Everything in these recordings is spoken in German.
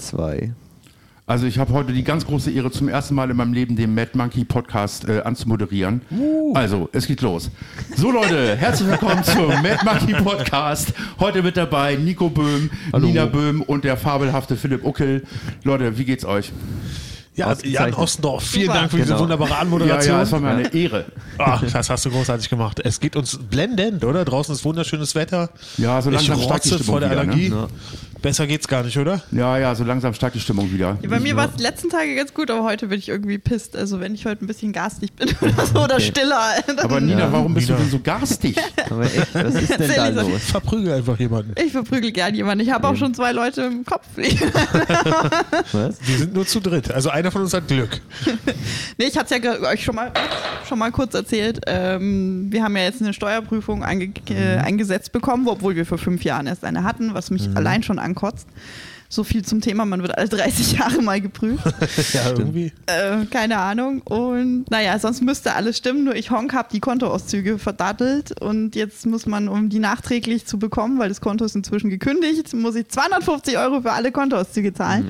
2. Also ich habe heute die ganz große Ehre, zum ersten Mal in meinem Leben den Mad Monkey Podcast äh, anzumoderieren. Also, es geht los. So Leute, herzlich willkommen zum Mad Monkey Podcast. Heute mit dabei Nico Böhm, Nina Böhm und der fabelhafte Philipp Uckel. Leute, wie geht's euch? Ja, Jan Ausgezeichnet. Ostendorf, vielen Dank für diese Genau. wunderbare Ja, Anmoderation. ja, es war mir eine Ehre. Ach, das hast du großartig gemacht. Es geht uns blendend, oder? Draußen ist wunderschönes Wetter. Ja, so langsam ich steigt die Stimmung rotze vor der wieder, ne? Allergie. Besser geht's gar nicht, oder? Ja, ja, so langsam steigt die Stimmung wieder. Ja, bei mir war es die letzten Tage ganz gut, aber heute bin ich irgendwie pisst. Also wenn ich heute ein bisschen garstig bin oder so oder stiller. Dann Aber Nina, warum bist Nina. du denn so garstig? Aber echt, was ist denn da Erzähl nicht so. los? Verprügel einfach jemanden. ich verprügel gern jemanden. Ich habe auch schon zwei Leute im Kopf. nee, Was? Wir sind nur zu dritt. Also einer von uns hat Glück. ich hatte es ja ge- euch schon mal, schon mal kurz erzählt. Ähm, wir haben ja jetzt eine Steuerprüfung ange äh, eingesetzt bekommen, obwohl wir vor fünf Jahren erst eine hatten, was mich allein schon ankotzt. So viel zum Thema, man wird alle 30 Jahre mal geprüft. Ja, irgendwie. Äh, keine Ahnung. Und naja, sonst müsste alles stimmen, nur ich Honk habe die Kontoauszüge verdattelt und jetzt muss man, um die nachträglich zu bekommen, weil das Konto ist inzwischen gekündigt, muss ich 250 Euro für alle Kontoauszüge zahlen.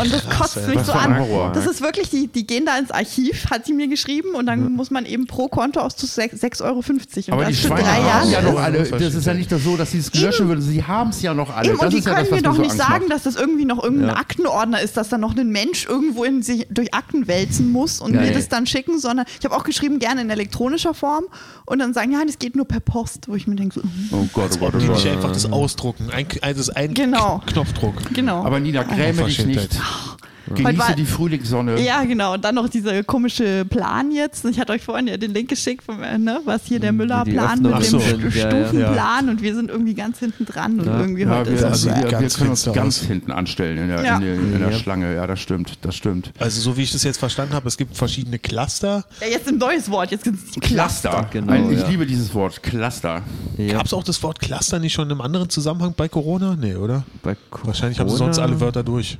und das kotzt ey. mich Was so für ein an. Horror. ne? Das ist wirklich, die, die gehen da ins Archiv, hat sie mir geschrieben und dann muss man eben pro Kontoauszug 6,50 Euro. Und Aber das die für Schweine drei haben Jahre. ja noch alle. Das ist ja Verstehe. nicht so, dass sie es löschen würden. Sie haben es ja noch alle. Eben, das und die ist ja können das, was mir doch so nicht Angst sagen, macht. dass das irgendwie noch irgendein Ja. Aktenordner ist, dass da noch ein Mensch irgendwo in sich durch Akten wälzen muss und Geil. mir das dann schicken, sondern ich habe auch geschrieben, gerne in elektronischer Form und dann sagen, ja, das geht nur per Post, wo ich mir denke, so, mhm. Oh Gott, oh Gott, oh Die Gott. nicht einfach das Ausdrucken. Ein, also das ist ein Genau. K- Knopfdruck. genau. Aber Nina, gräme dich Unverschämtheit. nicht. Oh. Heute Genieße war- die Frühlingssonne. ja, genau. Und dann noch dieser komische Plan jetzt. Ich hatte euch vorhin ja den Link geschickt, vom, äh, ne, was hier Mhm. der Müller-Plan Öffnung. mit dem Ach so. Ja, Stu- ja. Stufenplan und wir sind irgendwie ganz hinten dran und irgendwie Ja, heute wir, ist das also sieht wir, wir ganz können uns finster ganz aus. hinten anstellen in der, Ja. in der, in der Ja. Schlange. Ja, das stimmt, das stimmt. Also so wie ich das jetzt verstanden habe, es gibt verschiedene Cluster. ja, jetzt ein neues Wort, jetzt sind es die Cluster. Cluster. genau, Ein, ich ja. liebe dieses Wort, Cluster. Ja, Gab es auch das Wort Cluster nicht schon in einem anderen Zusammenhang bei Corona? Nee, oder? bei Wahrscheinlich haben Corona- sie sonst alle Wörter durch.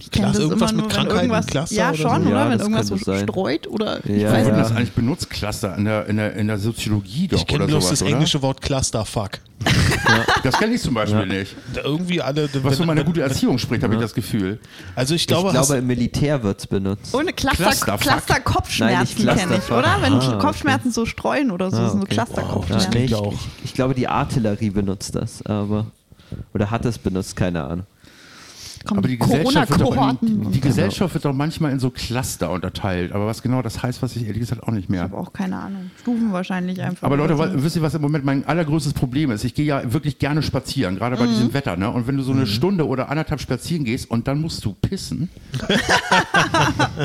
Ich kenn Cluster, das irgendwas immer mit nur, wenn Krankheiten, irgendwas, Cluster Ja, oder schon, so. oder? Ja, wenn das irgendwas so könnte sein. streut oder Ja, Wo ja. wird denn das eigentlich benutzt, Cluster? In der, in der, in der Soziologie doch Ich kenne oder bloß sowas, das englische Wort Clusterfuck. oder? Das kenne ich zum Beispiel nicht. Da Irgendwie alle. Was für wenn- meine wenn- gute Erziehung spricht, habe ich das Gefühl. Also ich Ich glaube, glaube, hast- im Militär wird es benutzt. Ohne Cluster, Clusterfuck. Cluster Nein, nicht Kopfschmerzen Clusterfuck. kenne ich, oder? Wenn Ah, okay. Kopfschmerzen so streuen oder so, Ah, sind so okay. Cluster das ja, Kopfschmerzen. nee, klingt ich, ja auch. ich, ich glaube, die Artillerie benutzt das, aber. Oder hat es benutzt, keine Ahnung. Kommen Aber die Gesellschaft, wird doch in, Corona-Kohorten. die Gesellschaft wird doch manchmal in so Cluster unterteilt. Aber was genau das heißt, weiß ich ehrlich gesagt auch nicht Ich mehr. habe auch keine Ahnung. Stufen wahrscheinlich einfach. Aber Leute, oder wa- so. wisst ihr, was im Moment mein allergrößtes Problem ist? Ich gehe ja wirklich gerne spazieren, gerade Mhm. bei diesem Wetter. Ne? Und wenn du so eine Mhm. Stunde oder anderthalb spazieren gehst und dann musst du pissen,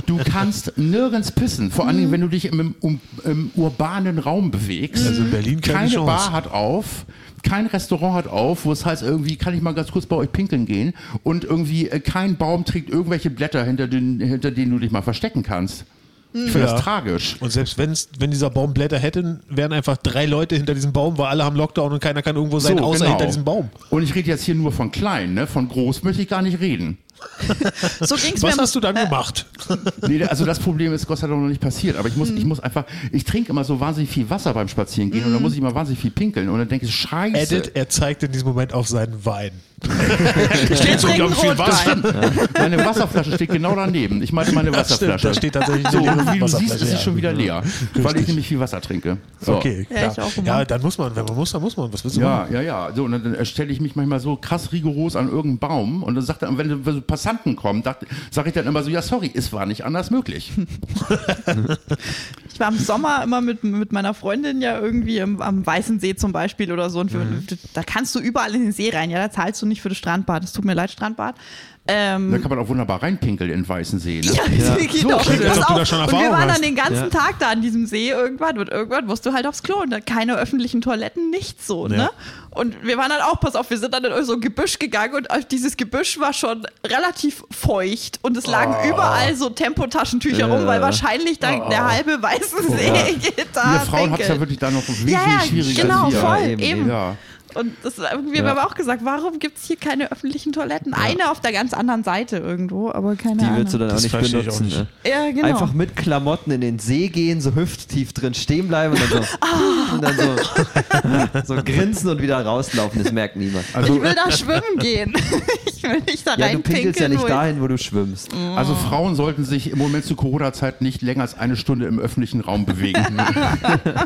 du kannst nirgends pissen. Vor allen Mhm. Dingen, wenn du dich im, im, im urbanen Raum bewegst. Mhm. Also in Berlin keine Keine Chance. Bar hat auf, kein Restaurant hat auf, wo es heißt, irgendwie kann ich mal ganz kurz bei euch pinkeln gehen. Und irgendwie äh, kein Baum trägt irgendwelche Blätter, hinter, den, hinter denen du dich mal verstecken kannst. Ich finde das Ja. tragisch. Und selbst wenn's, wenn dieser Baum Blätter hätte, wären einfach drei Leute hinter diesem Baum, weil alle haben Lockdown und keiner kann irgendwo sein, So, außer genau. hinter diesem Baum. Und ich rede jetzt hier nur von klein, ne? Von groß möchte ich gar nicht reden. so ging es mir. Was hast du dann Äh, gemacht? Nee, also das Problem ist Gott sei Dank noch nicht passiert. Aber ich muss, Hm. ich muss einfach, ich trinke immer so wahnsinnig viel Wasser beim Spazierengehen und dann muss ich immer wahnsinnig viel pinkeln und dann denke ich, scheiße. Edit, er zeigt in diesem Moment auf seinen Wein. steht so unglaublich viel Rotwein. Meine Wasserflasche steht genau daneben. Ich meine meine Das stimmt, Wasserflasche. da steht tatsächlich so, eine und wie du siehst, Wasserflasche, ist sie ja. schon wieder leer, weil ich nämlich viel Wasser trinke. So. Okay, Ja, klar. ich auch gemacht. ja, dann muss man, wenn man muss, dann muss man. Was willst du machen? Ja, ja, ja. So, und dann, dann stelle ich mich manchmal so krass rigoros an irgendeinen Baum und dann sagt er, wenn, wenn so Passanten kommen, sage ich dann immer so, ja, sorry, es war nicht anders möglich. Ich war im Sommer immer mit, mit meiner Freundin ja irgendwie im, am Weißen See zum Beispiel oder so. Und wir, Da kannst du überall in den See rein. Ja, da zahlst du nicht für das Strandbad. Es tut mir leid, Strandbad. Ähm, Da kann man auch wunderbar reinpinkeln in weißen See. Ne? Ja, genau. So klingt das, Pass ob du auf. da schon und wir Erfahrung waren hast. dann den ganzen Ja. Tag da an diesem See irgendwann und irgendwann musst du halt aufs Klo und dann keine öffentlichen Toiletten, nichts so, ne? Und wir waren dann auch, pass auf, wir sind dann in so ein Gebüsch gegangen und auf dieses Gebüsch war schon relativ feucht und es lagen überall so Tempotaschentücher rum, weil wahrscheinlich dann der halbe weiße See geht da. Ihr Frauen habt es ja pinkelt. wirklich da noch wesentlich Ah, ja, ja, schwieriger genau, als wir. voll, Ja, eben, eben. Ja. Und das, irgendwie Ja. haben wir aber auch gesagt, warum gibt es hier keine öffentlichen Toiletten? Eine auf der ganz anderen Seite irgendwo, aber keine Die Ahnung. willst du dann auch Das nicht verstehe ich benutzen. auch nicht. ne? ja, genau. Einfach mit Klamotten in den See gehen, so hüfttief drin stehen bleiben und dann so, und dann so, so grinsen und wieder rauslaufen. Das merkt niemand. Also, ich will da schwimmen gehen. ich will nicht da Ja, du reinpinkeln. pinkelst ja nicht wo ich- dahin, wo du schwimmst. also Frauen sollten sich im Moment zur Corona-Zeit nicht länger als eine Stunde im öffentlichen Raum bewegen.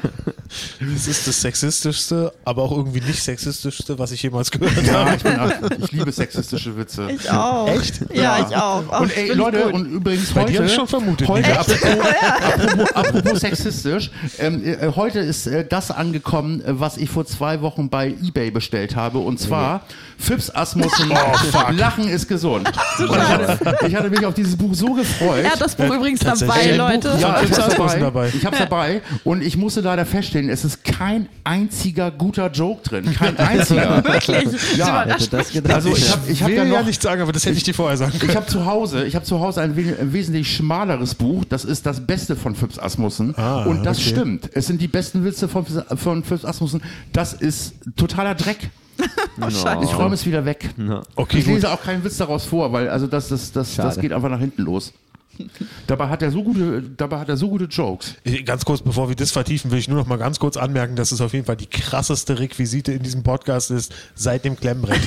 Das ist das sexistischste, aber auch irgendwie nicht sexistischste, was ich jemals gehört habe. ja, ich, bin, ich liebe sexistische Witze. Ich auch. Echt? Ja, ich auch. Ach, und ey, find's Leute, gut. und übrigens Bei dir heute, hab ich schon vermutet, heute Nina. apropos, apropos, apropos sexistisch, ähm, äh, heute ist äh, das angekommen, äh, was ich vor zwei Wochen bei Ebay bestellt habe, und Mhm. zwar Phipps Asmus und Oh, Lachen ist gesund. Und ich, hatte, ich hatte mich auf dieses Buch so gefreut. er hat das Buch übrigens tatsächlich. dabei, Leute. Ja, ich Phipps hab's Asmus dabei. dabei. Ich hab's dabei und ich musste leider feststellen, es ist kein einziger guter Joke drin. Kein einziger. Wirklich? Ja, Hätte das gedacht. also ich habe ich hab will ja ja, noch nicht sagen, aber das hätte ich dir vorher sagen können. ich habe zu Hause, ich habe zu Hause ein, we- ein wesentlich schmaleres Buch. Das ist das Beste von Phipps Asmussen. Ah, und das okay. stimmt. Es sind die besten Witze von, Phipps- von Phipps Asmussen. Das ist totaler Dreck. schade. Ich räume es wieder weg. Okay, ich gut. lese auch keinen Witz daraus vor, weil also das, das, das, das Schade. geht einfach nach hinten los. Dabei hat er so gute, dabei hat er so gute Jokes. Ganz kurz, bevor wir das vertiefen, will ich nur noch mal ganz kurz anmerken, dass es auf jeden Fall die krasseste Requisite in diesem Podcast ist, seit dem Klemmbrett.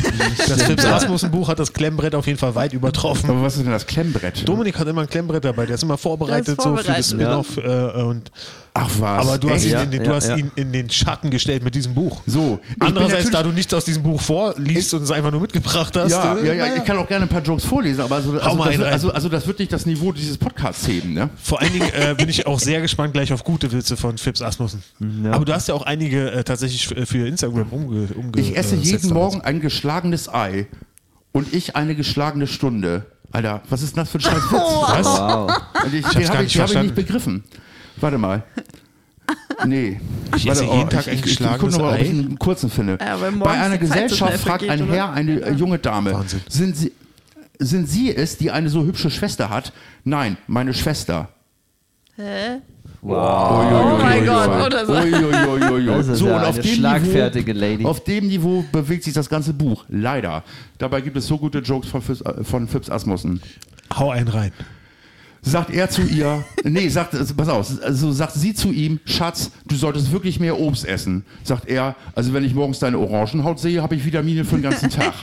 Das Phipps Rasmussen-Buch hat das Klemmbrett auf jeden Fall weit übertroffen. Aber was ist denn das Klemmbrett? Dominik hat immer ein Klemmbrett dabei, der ist immer vorbereitet, Der ist so für das vorbereitet. Spin-off. Äh, und- Ach was. aber du, hast ihn, Ja, in den, du ja, hast ja. ihn in den Schatten gestellt mit diesem Buch. So, ich bin Andererseits, natürlich- da du nichts aus diesem Buch vorliest und es einfach nur mitgebracht hast. ja, äh, ja, ja, naja. ich kann auch gerne ein paar Jokes vorlesen, aber also, also, mal das, einen rein. also, also das wird nicht das Niveau dieses Podcasts heben, ne? Vor allen Dingen äh, bin ich auch sehr gespannt gleich auf gute Witze von Phipps Asmussen. Aber du hast ja auch einige äh, tatsächlich f- für Instagram umge umge Ich esse äh, setzt jeden damals. Morgen ein geschlagenes Ei und ich eine geschlagene Stunde. Alter, was ist denn das für ein scheiß Witz? Was? Wow. Und ich, hab's den habe ich, gar nicht den hab ich verstanden. nicht begriffen. Warte mal. Nee. Ich esse Warte, oh, jeden Tag ich, ein ich, ich guck geschlagenes noch mal, ob ich Ei. einen kurzen finde. Ja, aber morgens Bei einer die Zeit so Gesellschaft schnell fragt ein vergeht, Herr oder? eine äh, junge Dame. Wahnsinn. Sind Sie, sind Sie es, die eine so hübsche Schwester hat? Nein, meine Schwester. Hä? Wow. Oh mein Gott, oder so. Das ist So, ja und auf eine dem schlagfertige Niveau, Lady. Auf dem Niveau bewegt sich das ganze Buch, leider. Dabei gibt es so gute Jokes von Phipps, äh, von Phipps Asmussen. Hau einen rein. Sagt er zu ihr, nee, sagt, also, pass auf, also sagt sie zu ihm, Schatz, du solltest wirklich mehr Obst essen. Sagt er, also wenn ich morgens deine Orangenhaut sehe, habe ich Vitamine für den ganzen Tag.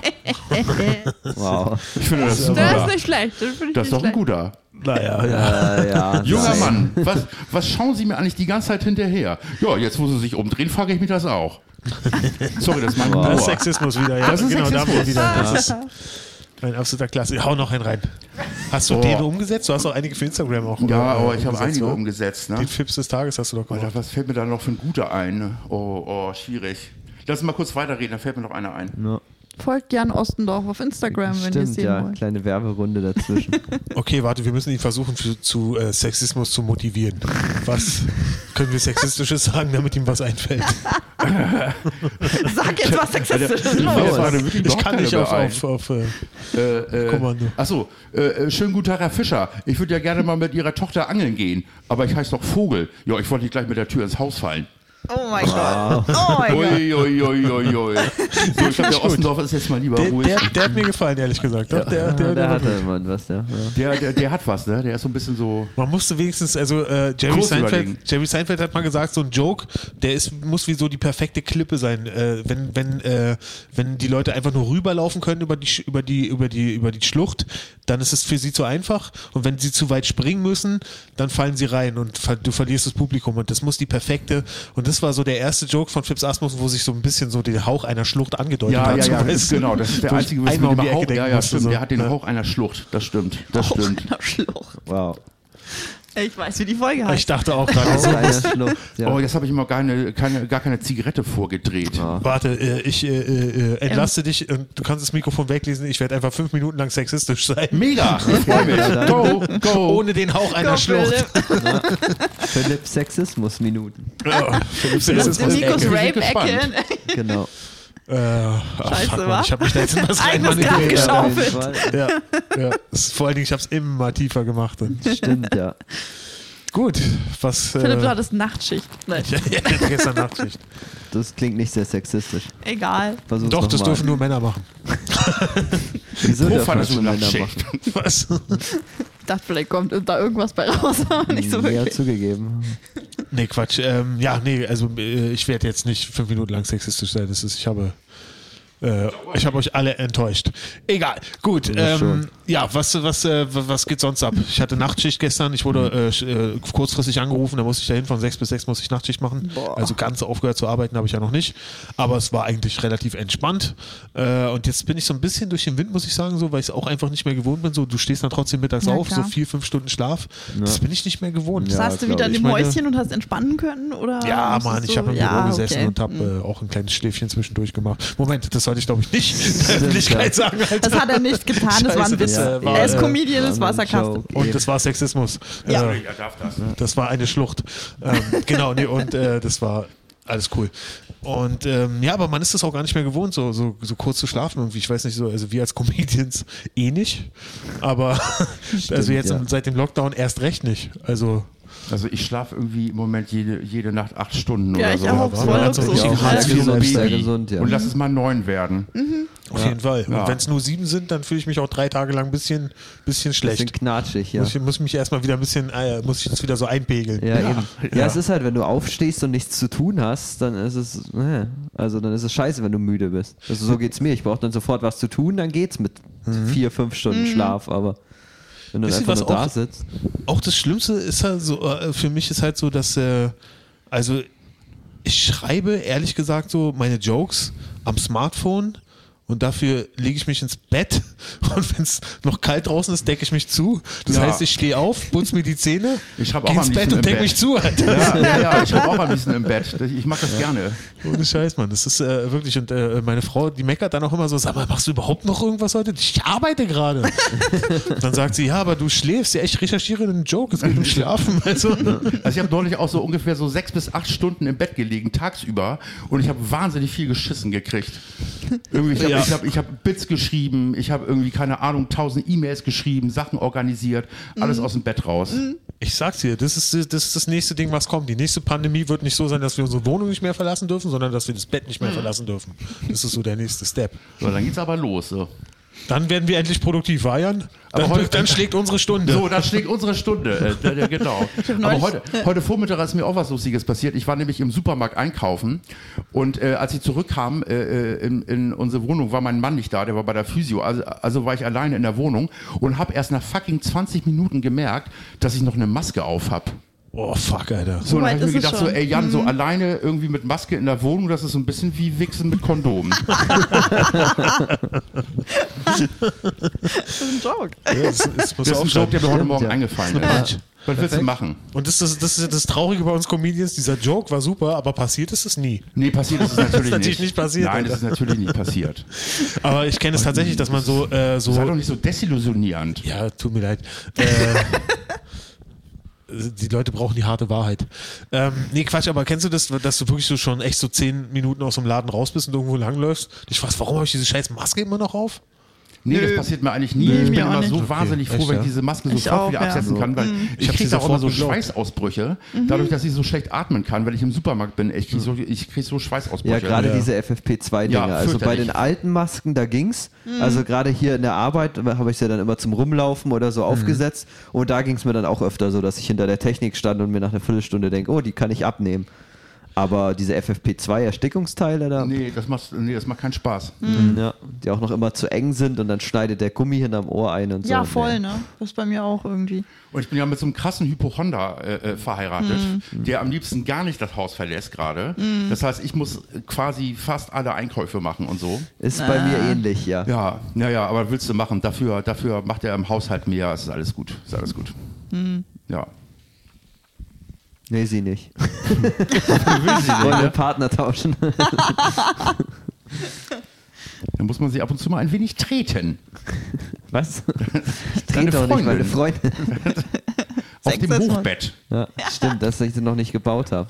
Wow. Ich finde das, ist Das ein ist guter. nicht schlecht. Das, find ich Das ist nicht doch ein schlecht. guter. Naja, ja. Äh, ja. Junger Nein. Mann, was, was schauen Sie mir eigentlich die ganze Zeit hinterher? Ja, jetzt wo Sie sich umdrehen, frage ich mich das auch. Sorry, das ist mein Das ist Humor. Sexismus wieder. Ja. Das ist genau, Da haben wir Sexismus. wieder. Das ist ein absoluter Klasse. Hau noch einen rein. Hast du Boah. den umgesetzt? Du hast auch einige für Instagram auch. Ja, äh, aber ich habe umgesetzt, einige ne? umgesetzt. Ne? Den Phipps des Tages hast du doch gemacht. Alter, was fällt mir da noch für ein guter ein? Oh, oh, schwierig. Lass uns mal kurz weiterreden, da fällt mir noch einer ein. Folgt Jan Ostendorf auf Instagram, wenn ihr es Stimmt, sehen ja. wollt. Kleine Werberunde dazwischen. Okay, warte, wir müssen ihn versuchen, für, zu äh, Sexismus zu motivieren. Was können wir Sexistisches sagen, damit ihm was einfällt? Sag jetzt was Sexistisches. Alter, Los. das war eine wirklich Ich überhaupt kann keine nicht auf, dabei. auf, auf äh, Äh, äh, Kommando. Achso, äh, äh, schönen guten Tag, Herr Fischer. Ich würde ja gerne mal mit Ihrer Tochter angeln gehen, aber ich heiße doch Vogel. Ja, ich wollte nicht gleich mit der Tür ins Haus fallen. Oh mein Gott. Oh mein Gott. Uiuiuiui. So, ich glaube, der Ostendorf ist jetzt mal lieber der, ruhig. der, der hat mir gefallen, ehrlich gesagt. Doch, der, der, da der, hat er immer was, ja. ja. Der, der, der hat was, ne? Der ist so ein bisschen so. man musste wenigstens, also äh, Jerry, Groß Seinfeld, überlegen. Jerry Seinfeld hat mal gesagt, so ein Joke, der ist, muss wie so die perfekte Klippe sein. Äh, wenn, wenn, äh, wenn die Leute einfach nur rüberlaufen können über die, Sch- über, die, über, die, über die Schlucht, dann ist es für sie zu einfach. Und wenn sie zu weit springen müssen, dann fallen sie rein und ver du verlierst das Publikum. Und das muss die perfekte. Und das war so der erste Joke von Phipps Asmus, wo sich so ein bisschen so der Hauch einer Schlucht angedeutet Ja, hat. ja, so ja, weißt du? genau. Das ist der Wo ich einzige Wissen, einmal mit dem er um die Ecke Hauch. denken Ja, ja, musste, stimmt. so. Der hat den Ja. Hauch einer Schlucht. Das stimmt. Das Auch stimmt. einer Schlucht. Wow. Oh, Ich weiß, wie die Folge Ich heißt. dachte auch Genau. gerade so. Kleiner Schlucht, ja. Oh, jetzt habe ich immer gar keine, keine, gar keine Zigarette vorgedreht. Warte, äh, ich äh, äh, äh, entlaste Ähm. dich und du kannst das Mikrofon weglesen. Ich werde einfach fünf Minuten lang sexistisch sein. Mega! Ich freue also mich. Go, go! Ohne den Hauch einer Go, Schlucht. Philipp. Philipp Sexismus-Minuten. Ja, Philipp, das ist In was- Nikos Wir sind gespannt. Rape-Ecke. Genau. Äh, ach, Scheiße, fuck, wa? Mann, ich habe mich da jetzt in was Eigenes Grab reinmanipuliert. geschaut. auf jeden Schaufelt. Fall. Ja, ja. Das ist- Vor allen Dingen, ich habe es immer tiefer gemacht. Stimmt, ja. Gut, was. Philipp, du äh, hattest Nachtschicht. Nein, ja, gestern Nachtschicht. Das klingt nicht sehr sexistisch. egal. Versuch's Doch, noch das mal. dürfen nur Männer machen. Wieso Wo dürfen fandest das du nur Männer Nachtschicht? machen? Was? Ich dachte, vielleicht kommt da irgendwas bei raus, aber nicht so Ja, wirklich. zugegeben. Nee, Quatsch. Ähm, ja, nee, also äh, ich werde jetzt nicht fünf Minuten lang sexistisch sein. Das ist, ich habe. Äh, ich habe euch alle enttäuscht. Egal, gut. Ja, Ähm, schon. ja, was, was, äh, was geht sonst ab? Ich hatte Nachtschicht gestern. Ich wurde äh, sch- äh, kurzfristig angerufen. Da musste ich dahin. Von sechs bis sechs musste ich Nachtschicht machen. Boah. Also ganz aufgehört zu arbeiten habe ich ja noch nicht. Aber es war eigentlich relativ entspannt. Äh, und jetzt bin ich so ein bisschen durch den Wind, muss ich sagen, so, weil ich es auch einfach nicht mehr gewohnt bin. So, du stehst dann trotzdem mittags Na auf, so klar. vier, fünf Stunden Schlaf. Das bin ich nicht mehr gewohnt. Ja, Saßt du wieder glaub in ich. dem Ich meine- Häuschen und hast entspannen können? Oder Ja, musstest Mann, ich du- habe im ja, Büro gesessen okay. Hm. und habe äh, auch ein kleines Schläfchen zwischendurch gemacht. Moment, das sollte ich glaube ich nicht in der Stimmt, Öffentlichkeit sagen. Alter. Das hat er nicht getan, das war Scheiße, ein Witz. das, äh, war, er ist äh, Comedian, das war war ein sarkastisch. Joke. und das war Sexismus. Ja. Äh, Er darf das. das war eine Schlucht. Ähm, genau, nee, und äh, das war alles cool. Und ähm, ja, aber man ist das auch gar nicht mehr gewohnt, so, so, so kurz zu schlafen irgendwie. Ich weiß nicht, so, also wir als Comedians eh nicht. Aber also jetzt ja. im- seit dem Lockdown erst recht nicht. Also Also ich schlafe irgendwie im Moment jede, jede Nacht acht Stunden Ja, oder ich so. auch, voll Also Luxus. richtig Ja, Hartz IV gesund, sehr Baby. gesund, ja. Und lass es mal neun werden. auf jeden Fall. Und Ja. wenn es nur sieben sind, dann fühle ich mich auch drei Tage lang ein bisschen, bisschen schlecht. Bisschen knatschig, ja. Muss ich muss mich erstmal wieder ein bisschen, äh, muss ich jetzt wieder so einpegeln. Ja, eben. Ja, es ist halt, wenn du aufstehst und nichts zu tun hast, dann ist es, äh, also dann ist es scheiße, wenn du müde bist. Also so geht's mir. Ich brauche dann sofort was zu tun, dann geht's mit vier, fünf Stunden Schlaf, aber wenn du dann Wisst ihr, einfach was nur da auch- sitzt. Auch das Schlimmste ist halt so, äh, für mich ist halt so, dass, äh, also ich schreibe ehrlich gesagt so meine Jokes am Smartphone und dafür lege ich mich ins Bett und wenn es noch kalt draußen ist, decke ich mich zu. Das Ja. heißt, ich stehe auf, putze mir die Zähne, Ich hab auch gehe am ins Bett liebsten und im decke Bett. mich zu. Alter. Ja, ja, ja, ich habe auch ein bisschen im Bett. Ich mache das gerne. Ohne Scheiß, Mann. Das ist äh, wirklich, und äh, meine Frau, die meckert dann auch immer so, sag mal, machst du überhaupt noch irgendwas heute? Ich arbeite gerade. dann sagt sie, ja, aber du schläfst. Ja, ich recherchiere einen Joke, es geht um Schlafen. Also, Also ich habe neulich auch so ungefähr so sechs bis acht Stunden im Bett gelegen, tagsüber. Und ich habe wahnsinnig viel geschissen gekriegt. Irgendwie, ich habe Ja. ich hab, ich hab Bits geschrieben, ich habe irgendwie, keine Ahnung, tausend E-Mails geschrieben, Sachen organisiert, alles aus dem Bett raus. Ich sag's dir, das ist, das ist das nächste Ding, was kommt. Die nächste Pandemie wird nicht so sein, dass wir unsere Wohnung nicht mehr verlassen dürfen, sondern dass wir das Bett nicht mehr Mhm. verlassen dürfen. Das ist so der nächste Step. So, dann geht's aber los. So, Dann werden wir endlich produktiv, Wajan. Aber Dann, heute- dann schlägt unsere Stunde. so dann schlägt unsere Stunde. Äh, ja, genau. Aber neulich- heute, heute Vormittag ist mir auch was Lustiges passiert. Ich war nämlich im Supermarkt einkaufen und äh, als ich zurückkam äh, äh, in, in unsere Wohnung, war mein Mann nicht da, der war bei der Physio. Also, also war ich alleine in der Wohnung und habe erst nach fucking 20 Minuten gemerkt, dass ich noch eine Maske auf habe. Oh, fuck, Alter. So, dann weit habe ich mir ist es gedacht, so, schon? ey Jan, so alleine irgendwie mit Maske in der Wohnung, das ist so ein bisschen wie Wichsen mit Kondom. Das ist ein Joke. Ja, das, das muss Das ist ein Joke, der mir heute Stimmt, Morgen ja. eingefallen Quatsch. ist. Was willst du machen? Und das ist das, ist das Traurige bei uns Comedians. Dieser Joke war super, aber passiert ist es nie. Nee, passiert ist es natürlich, ist natürlich nicht. nicht passiert, Nein, das ist Alter. natürlich nicht passiert. Aber ich kenne es tatsächlich, dass man so. Äh, so Sei doch nicht so desillusionierend. Ja, tut mir leid. Äh, die Leute brauchen die harte Wahrheit. Ähm, nee, Quatsch, aber kennst du das, dass du wirklich so schon echt so zehn Minuten aus dem Laden raus bist und irgendwo langläufst? Ich fragst, warum habe ich diese scheiß Maske immer noch auf? Nee, das passiert mir eigentlich nie. ich bin mir auch immer nicht. so wahnsinnig Okay, froh, wenn ich echt, ja? Mhm. diese Maske Ich sofort auch, wieder ja. absetzen kann, weil ich, hab kriege sie da auch immer so sofort Mhm. geglaubt. Schweißausbrüche, dadurch, dass ich so schlecht atmen kann, weil ich im Supermarkt bin. Ich kriege so, ich krieg so Schweißausbrüche. Ja, gerade Mhm. Ja. diese FFP2-Dinger. Ja, also bei fürchterlich. den alten Masken, da ging's. Also gerade hier in der Arbeit äh, habe ich sie dann immer zum Rumlaufen oder so aufgesetzt. Und da ging's mir dann auch öfter so, dass ich hinter der Technik stand und mir nach einer Viertelstunde denke, oh, die kann ich abnehmen. Aber diese FFP2-Erstickungsteile da, Nee, das macht, nee, das macht keinen Spaß. Mhm. Mhm. ja, die auch noch immer zu eng sind und dann schneidet der Gummi hinterm Ohr ein und so. Ja, Nee. voll, ne? Das ist bei mir auch irgendwie. Und ich bin ja mit so einem krassen Hypochonder äh, äh, verheiratet, Mhm. der am liebsten gar nicht das Haus verlässt gerade. Das heißt, ich muss quasi fast alle Einkäufe machen und so. Ist bei mir Äh. ähnlich, ja. Ja, naja, aber willst du machen? Dafür, dafür macht er im Haushalt mehr. Es ist alles gut. Ist alles gut. Ja. Nee, sie nicht. Wollen wir Partner tauschen? Dann muss man sich ab und zu mal ein wenig treten. Was? Ich Deine trete doch nicht Freundin. meine Freundin. Auf Sex dem ist mal- Hochbett. Ja, stimmt, dass ich sie noch nicht gebaut habe.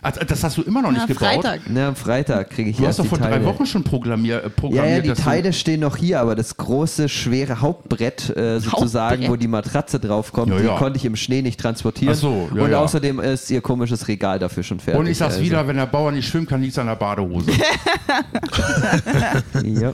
Ah, Das hast du immer noch nicht Na, gebaut. Freitag. Na, am Freitag kriege ich Du erst hast doch die vor Teile. drei Wochen schon programmier, äh, Ja, programmiert. ja, die dass du- Teile stehen noch hier, aber das große, schwere Hauptbrett äh, sozusagen, Hauptbrett? wo die Matratze draufkommt, Ja, ja. die konnte ich im Schnee nicht transportieren. Ach so, ja, und ja. außerdem ist ihr komisches Regal dafür schon fertig. Und ich sag's also. wieder, wenn der Bauer nicht schwimmen kann, liegt's an der Badehose. Ja.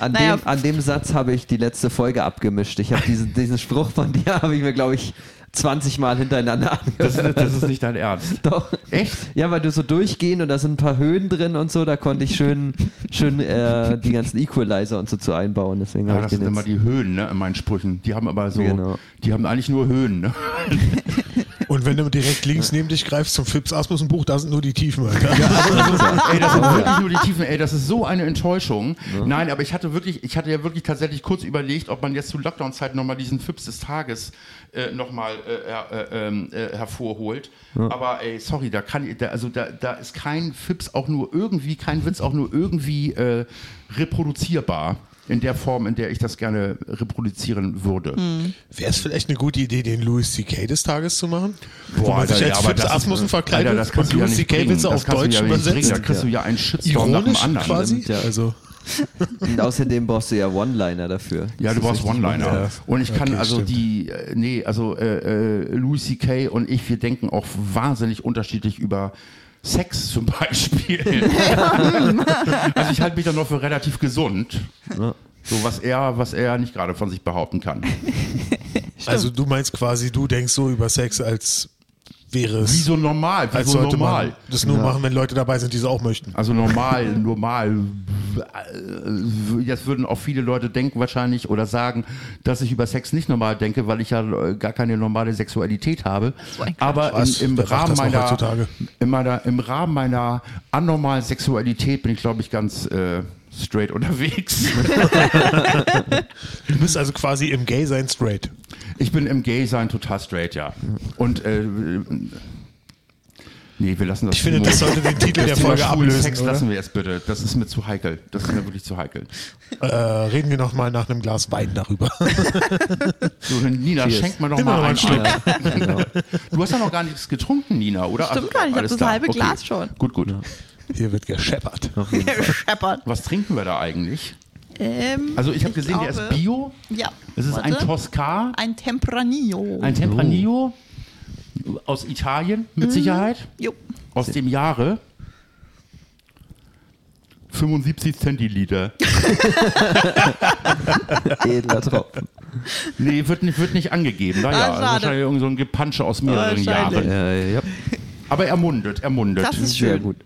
An, Naja. dem, an dem Satz habe ich die letzte Folge abgemischt. Ich habe diesen, diesen Spruch von dir, habe ich mir, glaube ich, 20 Mal hintereinander angehört. Das ist, das ist nicht dein Ernst. Doch. Echt? Ja, weil du so durchgehen und da sind ein paar Höhen drin und so, da konnte ich schön, schön äh, die ganzen Equalizer und so zu einbauen. Deswegen Ja, habe das ich sind den jetzt. immer die Höhen ne, in meinen Sprüchen. Die haben aber so, Genau. die haben eigentlich nur Höhen. Ne? Und wenn du direkt links neben dich greifst zum Phipps Asmussen Buch, da sind nur die Tiefen, Alter. ey, das sind wirklich nur die Tiefen. Ey, das ist so eine Enttäuschung. Nein, aber ich hatte wirklich, ich hatte ja wirklich tatsächlich kurz überlegt, ob man jetzt zu Lockdown-Zeit nochmal diesen Fips des Tages äh, nochmal äh, her- äh, ähm, äh, hervorholt. Aber ey, sorry, da kann ich- da, also da, da ist kein Fips auch nur irgendwie, kein Witz auch nur irgendwie äh, reproduzierbar. In der Form, in der ich das gerne reproduzieren würde. Wäre es vielleicht eine gute Idee, den Louis C.K. des Tages zu machen? Wo man Alter, sich als ja, aber Phipps das ist- Asmussen verkleidet Alter, das kannst du und ja Louis nicht C.K. bringen. Witze Das auf kannst du Deutsch ja nicht bringen. Da übersetzt. kriegst du ja einen Shitstorm nach dem Ironisch anderen. quasi. Ja. Also, Und außerdem brauchst du ja One-Liner dafür. Ja, du brauchst One-Liner. Ja. Und ich kann Okay, also stimmt. die, äh, nee, also äh, äh, Louis C.K. und ich, wir denken auch wahnsinnig unterschiedlich über Sex zum Beispiel. also ich halte mich dann noch für relativ gesund. So was er, was er nicht gerade von sich behaupten kann. also du meinst quasi, du denkst so über Sex, als wäre es. Wie so normal, wie als so sollte Also normal. man das nur machen, wenn Leute dabei sind, die es auch möchten. Also normal, normal. äh, Jetzt würden auch viele Leute denken wahrscheinlich oder sagen, dass ich über Sex nicht normal denke, weil ich ja äh, gar keine normale Sexualität habe. Aber Was? im, im, Wer macht Rahmen das noch meiner, heutzutage? in meiner, im Rahmen meiner anormalen Sexualität bin ich, glaube ich, ganz äh, straight unterwegs. Du bist also quasi im Gay-Sein straight. ich bin im Gay-Sein total straight, ja. Und äh, nee, wir lassen das Ich finde, das sollte den Titel der Thema Folge schwulen ablösen. Sex oder? lassen wir jetzt bitte. Das ist mir zu heikel. Das ist mir wirklich zu heikel. Äh, reden wir nochmal nach einem Glas Wein darüber. So, dann Nina, schenk mal doch Nimm mal mal einen einen Schluck. Ja, genau. Du hast ja noch gar nichts getrunken, Nina, oder? Stimmt gar nicht, ich hab also, alles das klar. halbe Glas schon. Gut, gut. Hier wird gescheppert. Scheppert. Was trinken wir da eigentlich? Ähm, Also ich habe gesehen, der ist glaube- Bio. Ja. Es ist Warte. ein Tosca, Ein Tempranillo. ein Tempranillo aus Italien Mhm. mit Sicherheit. jo. Aus dem Jahre 75 Zentiliter. Edler Tropfen. Nee, wird nicht, wird nicht angegeben. Ah, Naja, schade. wahrscheinlich irgend so ein Gepansche aus mehreren Wahrscheinlich. Jahren. Ja, ja. Aber ermundet, ermundet. Das ist Sehr schön. gut.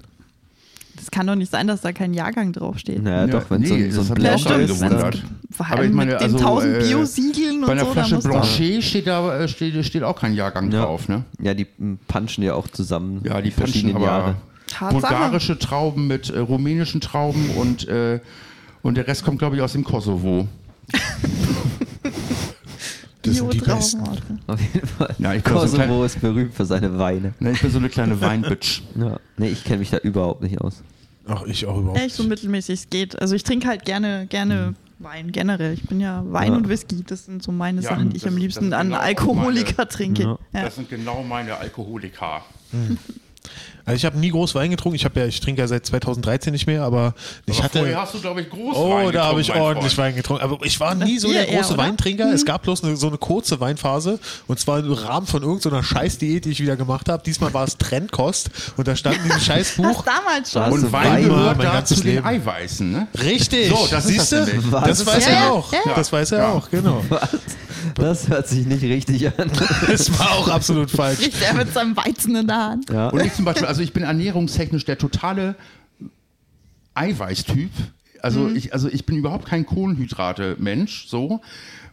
Das kann doch nicht sein, dass da kein Jahrgang draufsteht. Naja, Ja, doch, wenn nee, so, das so ein hat mich Blau auch schon ist, dann, gewundert. Vor Aber allem ich meine, mit den also, 1000 äh, Biosiegeln Bei und einer so. Flasche muss doch- Blanchet steht, da, äh, steht, steht auch kein Jahrgang Ja. drauf, ne? ja, die m, punchen ja auch zusammen. Ja, die verschiedenen punchen aber Tatsache. bulgarische Trauben mit äh, rumänischen Trauben und, äh, und der Rest kommt, glaube ich, aus dem Kosovo. Das sind die Bio drauf. Besten. Auf jeden Fall. Ja, ich bin so ein Kosovo klein- ist berühmt für seine Weine. Ne, ich bin so eine kleine Weinbitch. Ja. Nee, ich kenne mich da überhaupt nicht aus. Ach, ich auch überhaupt. Echt so mittelmäßig, es geht. Also ich trinke halt gerne, gerne Wein generell. Ich bin ja Wein Hm. Ja. und Whisky, das sind so meine Ja, Sachen, die ich das- am das liebsten ist an genau auch Alkoholiker trinke. Ja. Ja. Das sind genau meine Alkoholiker. Also ich habe nie groß Wein getrunken. Ich habe ja, ich trinke ja seit 2013 nicht mehr, aber ich Aber hatte. vorher hast du, glaube ich, groß Oh, da habe ich ordentlich Wein. Wein getrunken. Aber ich war nie so Bier der eher, große oder? Mhm. Weintrinker. Es gab bloß eine, so eine kurze Weinphase. Und zwar im Rahmen von irgendeiner Scheißdiät, die ich wieder gemacht habe. Diesmal war es Trendkost. Und da stand in diesem Ach, Scheißbuch. damals schon. Was? Und Also Wein Wein war gehört mein da ganzes zu den Leben. Eiweißen, ne? Richtig. So, das ist das du? nämlich. Was? Das weiß Ja, er ja, auch. ja. Das weiß er Ja. auch, genau. Das hört sich nicht richtig an. Das war auch absolut falsch. Riecht er mit seinem Weizen in der Hand. Ja. Und ich zum Beispiel, also ich bin ernährungstechnisch der totale Eiweißtyp. Also Mhm. ich, also ich bin überhaupt kein Kohlenhydrate-Mensch, so.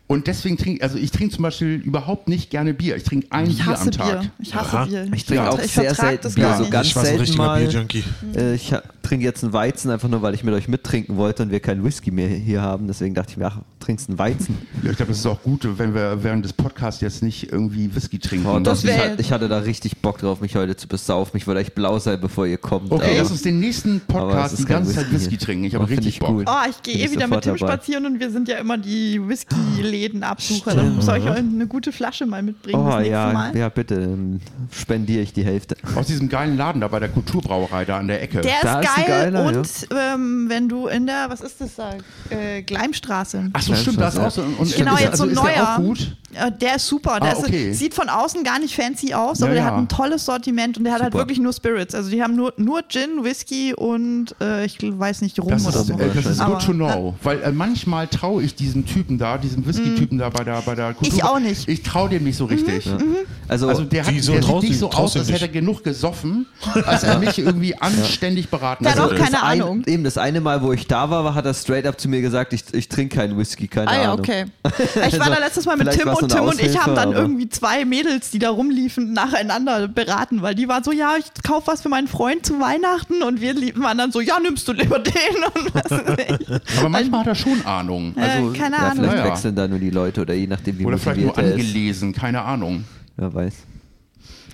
Und deswegen trinke, also ich trinke zum Beispiel überhaupt nicht gerne Bier. Ich trinke ein Ich Bier am hasse Tag. Bier. Ich hasse Ja. Bier. Ich trinke vertra- auch sehr vertrag selten das Bier, gar so nicht. ganz ich war so ein selten richtiger mal. Bierjunkie. Äh, Ich habe trinke jetzt einen Weizen, einfach nur, weil ich mit euch mittrinken wollte und wir keinen Whisky mehr hier haben. Deswegen dachte ich mir, ach, trinkst einen Weizen. Ich glaube, das ist auch gut, wenn wir während des Podcasts jetzt nicht irgendwie Whisky trinken. Boah, Das Oh, das ich, wär- hatte, ich hatte da richtig Bock drauf, mich heute zu besaufen. Ich wollte echt blau sein, bevor ihr kommt. okay, aber- lass uns den nächsten aber es Podcast ist die kein ganze Zeit Whisky hier. trinken. Ich Aber habe find richtig ich Bock. cool. Oh, ich gehe Bin eh wieder sofort mit Tim dabei. Ah. spazieren und wir sind ja immer die Whisky-Läden absucher. Dann muss ich euch eine gute Flasche mal mitbringen das Mhm. Oh nächste ja, Mal. ja, bitte. ähm, Spendiere ich die Hälfte. Aus diesem geilen Laden da bei der Kulturbrauerei da an der Ecke. Da Der ist ist ein geil geiler, und ähm, wenn du in der, was ist das da? Äh, Gleimstraße. Ach so, stimmt, das ist auch so. Und Genau, ist, jetzt also so ein ist der neuer. auch gut. Äh, Der ist super. Der Ah, okay. ist, sieht von außen gar nicht fancy aus, aber Ja, der ja. hat ein tolles Sortiment und der hat halt Super. wirklich nur Spirits. Also die haben nur, nur Gin, Whisky und äh, ich gl- weiß nicht, Rum Das oder ist, so. äh, das ist Aber- good to know. Weil äh, manchmal traue ich diesem Typen da, diesem Whisky-Typen da bei der, bei der Kultur. Mhm. auch nicht. Mhm, Ich traue dem nicht so richtig. Also, Also der, hat, Wieso der sieht traust nicht du- so traust aus, du als nicht? hätte er genug gesoffen, als er mich irgendwie anständig beraten Der hat auch würde. keine das ein- Ahnung. Eben das eine Mal, wo ich da war, war- hat er straight up zu mir gesagt, ich, ich trinke keinen Whisky, keine Ah ja, Ahnung. okay. Ich war Also, da letztes Mal mit vielleicht Tim war's und so eine Tim und ich haben Aushilfe, dann aber- irgendwie zwei Mädels, die da rumliefen, nacheinander beraten, weil die waren so, ja, ich kauf was für meinen Freund zu Weihnachten und wir lieb- waren dann so, ja, nimmst du lieber den und was weiß ich. Aber manchmal hat er schon Ahnung. Also, Äh, keine ja, Ahnung. Vielleicht Ja, ja. wechseln da nur die Leute oder je nachdem, wie Oder vielleicht nur motiviert er ist. angelesen, keine Ahnung. Wer weiß.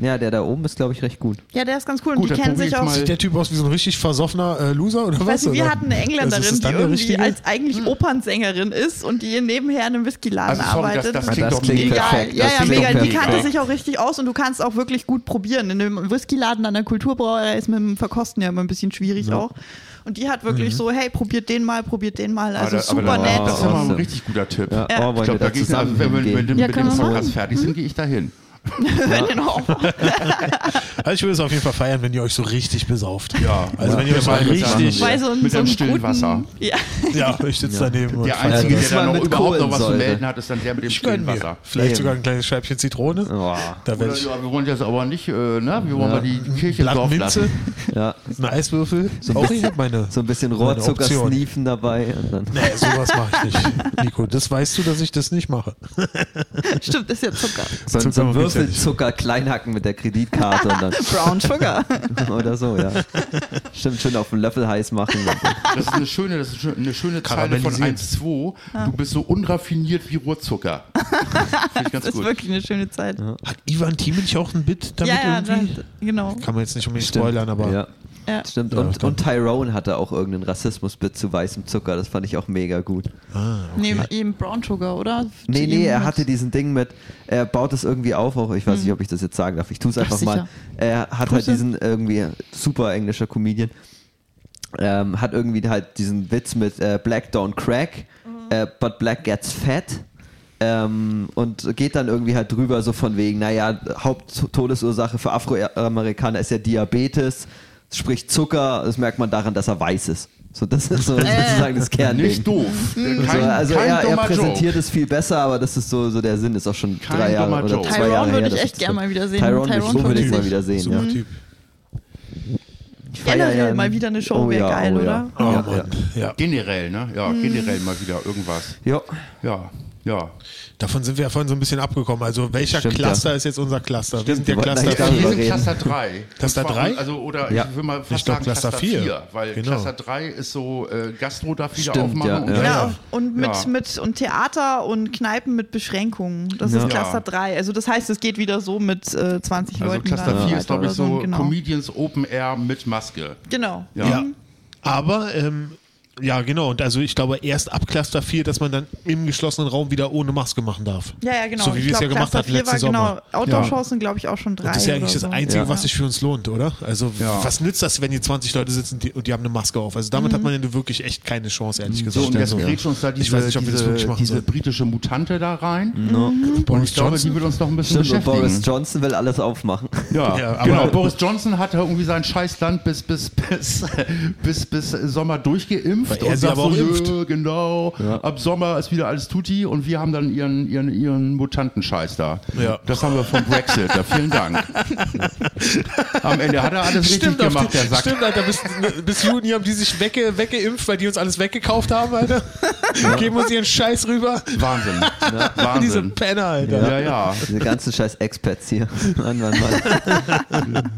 Ja, der da oben ist, glaube ich, recht gut. Ja, der ist ganz cool Gut, und die dann kennen probier sich ich auch. mal- Sieht der Typ aus wie so ein richtig versoffener äh, Loser oder was? Weißt du, wir oder? hatten eine Also ist Engländerin, das die dann der irgendwie richtige? als eigentlich Opernsängerin ist und die nebenher in einem Whiskyladen Also sorry, das, arbeitet. das Ja, klingt das doch klingt mega. Egal, perfekt. ja, Das ja, klingt mega. doch Die perfekt. kannte sich auch richtig aus und du kannst auch wirklich gut probieren. In einem Whiskyladen an der Kulturbrauerei ist mit dem Verkosten ja immer ein bisschen schwierig auch. Und die hat wirklich so, hey, probiert den mal, probiert den mal. Also Aber super da- nett. Das ist ja mal ein Awesome. richtig guter Tipp. Also, Ja, Ja. oh, Ich wollen glaube, wir da da geht's, also, zusammen wenn wir wenn wir hingehen? Ja, mit können dem wir Podcast machen. Mhm. fertig sind, gehe ich da hin. Wenn ihr noch Also ich würde es auf jeden Fall feiern, wenn ihr euch so richtig besauft. Ja, Also wenn ihr euch mal das machen wir. richtig... bei so einem Mit so einem einem stillen guten, Wasser. Ja. Ja, ich sitze daneben. und Der feier Einzige, das. der da Diesmal noch mit überhaupt noch was zu Kohlensäure. melden hat, ist dann der mit dem Ich gönn stillen mir. Wasser. Vielleicht Eben. sogar ein kleines Scheibchen Zitrone. Oh, Da Oder, werde ich ja, wir wollen jetzt aber nicht, äh, ne? wir wollen mal die Kirche Blatt drauf Minze, lassen. ja, ein Eiswürfel. Auch ich habe meine. so ein bisschen Meine Rohrzucker Option. sneefen dabei. Und dann, Nee, sowas mache ich nicht. Nico, das weißt du, dass ich das nicht mache. Stimmt, ist ja Zucker. so, so Zucker einen gibt's ja nicht. Würfelzucker kleinhacken mit der Kreditkarte und Brown Sugar. dann oder so, ja. Stimmt, schön auf den Löffel heiß machen. Das ist eine schöne, das ist eine schöne Zeile von Karamellisieren. 1,2. Du bist so unraffiniert wie Rohrzucker. Finde ich ganz Das ist gut. wirklich eine schöne Zeit. Ja, Hat Ivan Thiemlich auch ein Bit damit ja, irgendwie? da- genau. Kann man jetzt nicht unbedingt Stimmt. spoilern, aber ja. Ja. Stimmt, Ja, und, stimmt. und Tyrone hatte auch irgendeinen Rassismusbit zu weißem Zucker, das fand ich auch mega gut. Nee, eben Brown Sugar, oder? Nee, Zu nee, ihm er mit- hatte diesen Ding mit, er baut es irgendwie auf, auch ich weiß nicht, ob ich das jetzt sagen darf, ich tue es einfach mal. sicher. Er hat halt Grüße. diesen irgendwie super englischer Comedian, ähm, hat irgendwie halt diesen Witz mit äh, Black don't crack, Mhm. äh, but Black gets fat. Ähm, und geht dann irgendwie halt drüber, so von wegen, naja, Haupttodesursache für Afroamerikaner ist ja Diabetes, sprich Zucker, das merkt man daran, dass er weiß ist. So, das ist Äh. so sozusagen das Kernding. Nicht doof. Kein, So, also kein er, er dummer präsentiert Joke. es viel besser, aber das ist so, so der Sinn. Ist auch schon Kein drei Jahre dummer oder Joke. zwei Tyrone Jahre würde her. ich dass echt das gern bin. mal wieder sehen. Tyrone, Tyrone würde ich fand unbedingt ich mal gut. wieder sehen. super Ja. Typ. Ich feier Generell ja- mal wieder eine Show wäre geil, oder? Oh Ja, Mann, ja. Generell, ne? Ja, Hm. generell mal wieder irgendwas. Ja. Jo. Ja, ja. Davon sind wir ja vorhin so ein bisschen abgekommen. Also welcher Stimmt, Cluster ist jetzt unser Cluster? wir sind wir der wollten Cluster eigentlich Wir darüber sind reden. Cluster 3. Cluster Und zwar- drei? Also, oder Ja. ich will mal fast Ich glaub, sagen Cluster vier. weil Genau. Cluster 3 ist so, äh, Gastro darf wieder Stimmt, aufmachen. ja, und ja. Ja, Ja. und mit, Ja. mit und Theater und Kneipen mit Beschränkungen. Das Ja. ist Cluster Ja. 3. Also das heißt, es geht wieder so mit äh, 20 Also Leuten. Cluster da 4 ist, glaube oder ich, so Genau. Comedians Open Air mit Maske. genau. Ja. Ja. Aber, ähm, ja, genau. Und also ich glaube, erst ab Cluster 4, dass man dann im geschlossenen Raum wieder ohne Maske machen darf. Ja, ja, genau. So wie Ich wir es ja glaub, gemacht Cluster hatten 4 letzten war, Sommer. Genau, Outdoor-Shows sind, glaube ich, auch schon drei. Das ist ja eigentlich oder das so. Einzige, Ja. was sich für uns lohnt, oder? Also, w- Ja. was nützt das, wenn die 20 Leute sitzen die, und die haben eine Maske auf? Also, damit Mhm. hat man ja wirklich echt keine Chance, ehrlich So, gesagt. und jetzt Also, grätscht uns da diese, ich weiß nicht, ob wir das wirklich diese, machen diese sollen. britische Mutante da rein. Und Mhm. Boris ich glaube, die Johnson? wird uns noch ein bisschen Stimmt, und Boris beschäftigen. Johnson will alles aufmachen. Ja, Ja, aber- genau. Boris Johnson hat ja irgendwie sein Scheißland bis, bis, bis, bis, bis Sommer durchgeimpft. Weil er sie sagt aber auch "Nö, impft." Genau, ab Sommer ist wieder alles Tutti und wir haben dann ihren, ihren, ihren Mutantenscheiß da. Ja. Das haben wir vom Brexit. da. Vielen Dank. Am Ende hat er alles richtig Stimmt, auf gemacht, die, der Sack. stimmt, Alter, bis, bis Juni haben die sich wegge, weggeimpft, weil die uns alles weggekauft haben, Alter. Geben uns ihren Scheiß rüber. Wahnsinn. Diese Wahnsinn. Penner, Alter. Ja, ja. Diese ganzen scheiß Expats hier. Mann, Mann, Mann.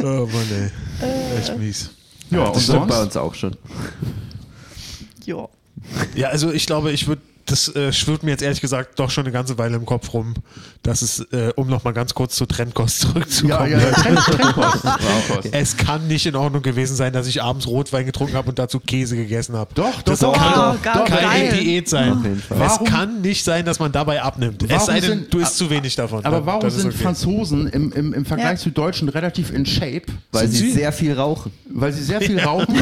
Oh Mann, ey. Echt mies. Ja, und Das stimmt bei sonst? uns auch schon. Ja. Ja, also ich glaube, ich würde, das äh, schwirrt mir jetzt ehrlich gesagt doch schon eine ganze Weile im Kopf rum, dass es, äh, um nochmal ganz kurz zur Trendkost Ja, zurückzukommen. ja, ja. Trend, Trendkost. Trendkost. Es kann nicht in Ordnung gewesen sein, dass ich abends Rotwein getrunken habe und dazu Käse gegessen habe. Doch, doch, das doch, kann doch, doch, keine geil. Diät sein. Auf jeden Fall. Es Warum- kann nicht sein, dass man dabei abnimmt. es Warum sei denn, sind- du isst zu wenig davon. Aber Dann- warum dann ist sind okay. Franzosen im, im, im Vergleich Ja. zu Deutschen relativ in Shape? Weil Sind sie sie? sehr viel rauchen. Weil sie sehr viel rauchen,